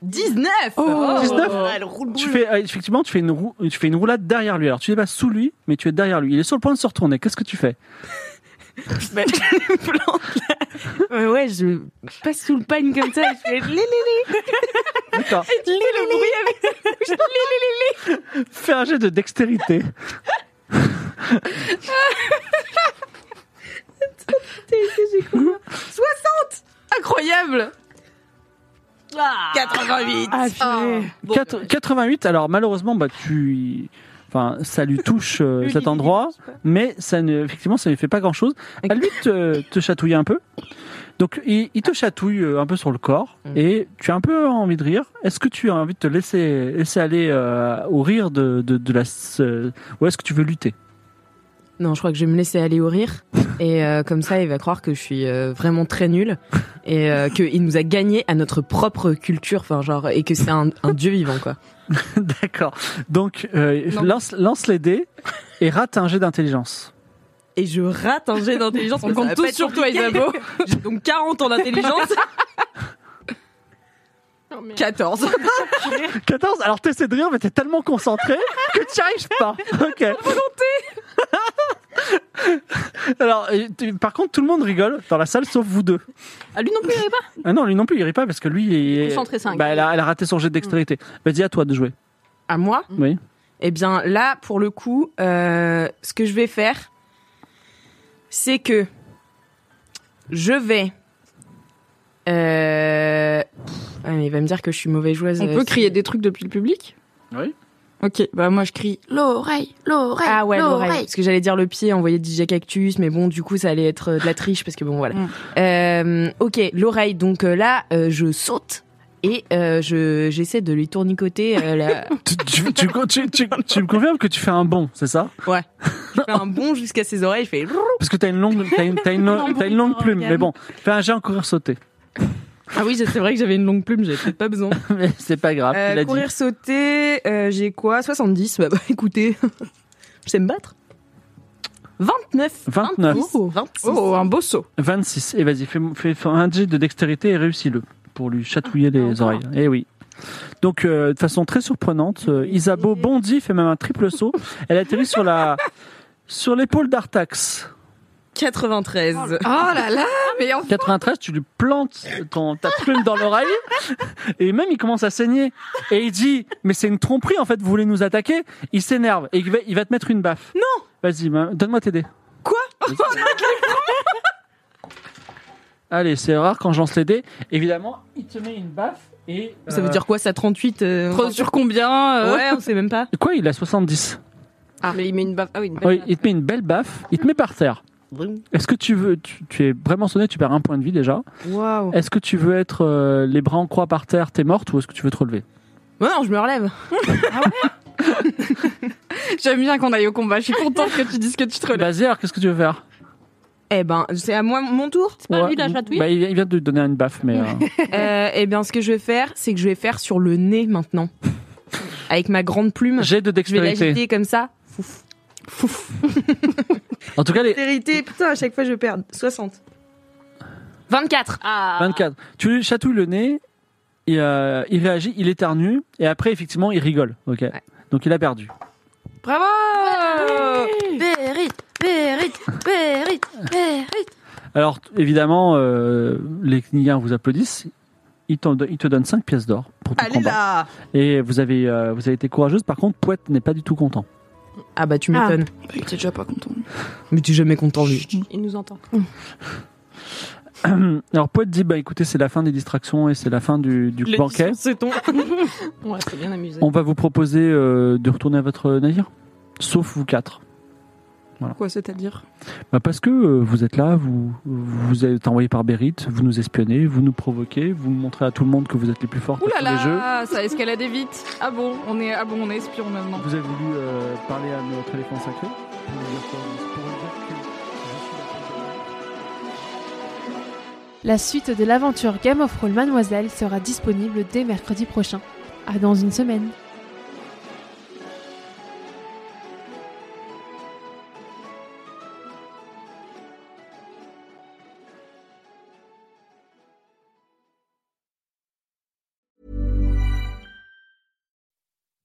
Speaker 5: 19
Speaker 7: Oh.
Speaker 5: Oh.
Speaker 2: 19.
Speaker 5: Elle roule
Speaker 2: Tu fais, euh, effectivement, tu fais, une roue- tu fais une roulade derrière lui. Alors, tu n'es pas sous lui, mais tu es derrière lui. Il est sur le point de se retourner. Qu'est-ce que tu fais
Speaker 5: Ben, je me plante, là. Ouais, ouais, je passe sous le pagne comme ça et je fais lili,
Speaker 2: D'accord.
Speaker 5: le bruit avec
Speaker 2: Fais un jet de dextérité.
Speaker 3: Incroyable
Speaker 5: 88.
Speaker 4: Ah, purée.
Speaker 2: Quatre- 88, alors malheureusement, bah, tu... enfin, ça lui touche euh, cet endroit, mais ça ne... effectivement, ça ne lui fait pas grand-chose. À lui te, te chatouille un peu. Donc, il, il te chatouille euh, un peu sur le corps, et tu as un peu envie de rire. Est-ce que tu as envie de te laisser, laisser aller euh, au rire de, de, de la... ce- Ou est-ce que tu veux lutter
Speaker 5: Non, je crois que je vais me laisser aller au rire. Et euh, comme ça, il va croire que je suis euh, vraiment très nulle. Et euh, qu'il nous a gagné à notre propre culture. Enfin, genre, et que c'est un, un dieu vivant, quoi.
Speaker 2: D'accord. Donc, euh,
Speaker 3: Non.
Speaker 2: lance, lance les dés et rate un jet d'intelligence.
Speaker 5: Et je rate un jet d'intelligence.
Speaker 3: On compte tous sur toi, Isabeau.
Speaker 5: J'ai donc 40 en intelligence. 14.
Speaker 2: 14, alors t'essaies de rire, mais t'es tellement concentré que tu n'y arrives pas. Ok. Alors, et tu- par contre, tout le monde rigole dans la salle sauf vous deux.
Speaker 7: Ah, lui non plus, il avait pas.
Speaker 2: Ah non, lui non plus, il rit pas parce que lui, il est.
Speaker 7: Concentré cinq. Mm.
Speaker 2: Bah, elle, a, elle a raté son jet de dextérité. Vas-y, à toi de jouer.
Speaker 5: À moi
Speaker 2: Mm. Oui.
Speaker 5: Eh bien, là, pour le coup, euh, ce que je vais faire, c'est que je vais. Euh... pff, ah, mais il va me dire que je suis mauvaise joueuse.
Speaker 3: On
Speaker 5: euh,
Speaker 3: peut
Speaker 5: si-
Speaker 3: crier des trucs depuis le public
Speaker 2: Oui.
Speaker 3: Ok, bah moi je crie l'oreille, l'oreille.
Speaker 5: Ah ouais, l'oreille.
Speaker 3: l'oreille.
Speaker 5: Parce que j'allais dire le pied, envoyer DJ Cactus, mais bon, du coup, ça allait être euh, de la triche, parce que bon, voilà.
Speaker 3: Mm.
Speaker 5: Euh, ok, l'oreille. Donc euh, là, euh, je saute et euh, je j'essaie de lui tournicoter euh, la-
Speaker 2: Tu, tu- tu- tu- tu- tu me confirmes que tu fais un bond, c'est ça
Speaker 5: je fais un bond jusqu'à ses oreilles, je fais...
Speaker 2: Parce que t'as une longue, t'as une, t'as une,
Speaker 4: Non,
Speaker 2: t'as une longue
Speaker 4: bon,
Speaker 2: plume.
Speaker 4: Morgane.
Speaker 2: Mais bon, fais un jet en courir sauter.
Speaker 5: Ah oui, c'est vrai que j'avais une longue plume, j'avais peut-être pas besoin.
Speaker 2: Mais c'est pas grave,
Speaker 5: Euh,
Speaker 2: il a dit.
Speaker 5: courir, sauter, euh, j'ai quoi 70 Bah, bah, écoutez, je sais me battre. 29
Speaker 2: 29.
Speaker 5: 26, 26.
Speaker 3: Oh, un beau saut.
Speaker 2: 26. Et vas-y, fais, fais- fais un jet de dextérité et réussis-le pour lui chatouiller
Speaker 5: Ah,
Speaker 2: les oreilles. Et oui. Donc, euh, de façon très surprenante, euh, Isabeau bondit, fait même un triple saut. Elle atterrit sur la sur l'épaule d'Artax.
Speaker 5: 93.
Speaker 3: Oh là là, mais en
Speaker 2: 93, tu lui plantes ton, ta plume dans l'oreille et même il commence à saigner. Et il dit Mais c'est une tromperie en fait, vous voulez nous attaquer Il s'énerve et il va, il va te mettre une baffe. Non Vas-y, ma- donne-moi Oh, t'aider.
Speaker 5: Quoi
Speaker 2: Allez, c'est rare quand j'en les dés. Évidemment, il te met une baffe et.
Speaker 5: Ça veut
Speaker 2: euh,
Speaker 5: dire quoi ça 38 euh,
Speaker 3: Trop sur combien euh,
Speaker 5: Ouais, on sait même pas.
Speaker 2: Quoi Il a 70.
Speaker 7: Ah, mais il met une baffe. Ah oui, une baffe.
Speaker 2: Oui, il te met une belle baffe, il te met par terre. Est-ce que tu veux. Tu, tu es vraiment sonné, tu perds un point de vie déjà.
Speaker 5: Waouh.
Speaker 2: Est-ce que tu veux être euh, les bras en croix par terre, t'es morte ou est-ce que tu veux te relever
Speaker 5: Ouais, non, je me relève. Ah
Speaker 3: J'aime bien qu'on aille au combat. Je suis contente que tu dises que tu te relèves.
Speaker 2: Vas-y, alors qu'est-ce que tu veux faire
Speaker 5: Eh ben, c'est à moi mon tour.
Speaker 7: C'est pas lui la chatouille
Speaker 2: Bah, il vient- il vient de te donner une baffe, mais. euh,
Speaker 5: Euh, eh bien, ce que je vais faire, c'est que je vais faire sur le nez maintenant. Avec ma grande plume,
Speaker 2: J'ai de
Speaker 5: je vais
Speaker 2: dextérité.
Speaker 5: l'agiter comme ça.
Speaker 2: En tout cas, les
Speaker 5: Dextérité, putain, à chaque fois je perds. 60. 24.
Speaker 7: Ah.
Speaker 2: 24. Tu lui chatouilles le nez, et, euh, il réagit, il éternue, et après, effectivement, il rigole. Ok. Donc, il a perdu.
Speaker 3: Bravo
Speaker 6: Périte, périte, périte, périte.
Speaker 2: Alors, t- évidemment, euh, les Kniens vous applaudissent. Ils, t'en don- ils te donnent 5 pièces d'or pour ton
Speaker 5: Allez
Speaker 2: combat.
Speaker 5: là
Speaker 2: Et vous avez, euh, vous avez été courageuse. Par contre, Poète n'est pas du tout content.
Speaker 5: Ah bah tu m'étonnes.
Speaker 3: Bah, Il était déjà pas content.
Speaker 5: Mais tu es jamais content lui.
Speaker 7: Il nous entend.
Speaker 2: Alors, Poète dit Bah écoutez, c'est la fin des distractions et c'est la fin du, du banquet.
Speaker 5: C'est ton.
Speaker 7: On reste bien amusé.
Speaker 2: On va vous proposer euh, de retourner à votre navire. Sauf vous quatre.
Speaker 3: Quoi, c'est-à-dire
Speaker 2: Bah parce que euh, vous êtes là, vous, vous êtes envoyé par Berit, vous nous espionnez, vous nous provoquez, vous montrez à tout le monde que vous êtes les plus forts
Speaker 3: Ouh là
Speaker 2: sur les jeux.
Speaker 3: là, ça a escaladé vite. Ah bon, on est, ah bon, on est espion maintenant.
Speaker 2: Vous avez voulu euh, parler à notre éléphant sacré pour lui dire quoi Pour lui dire que je suis la plus belle.
Speaker 1: La suite de l'aventure Game of Roll Mademoiselle sera disponible dès mercredi prochain. À dans une semaine.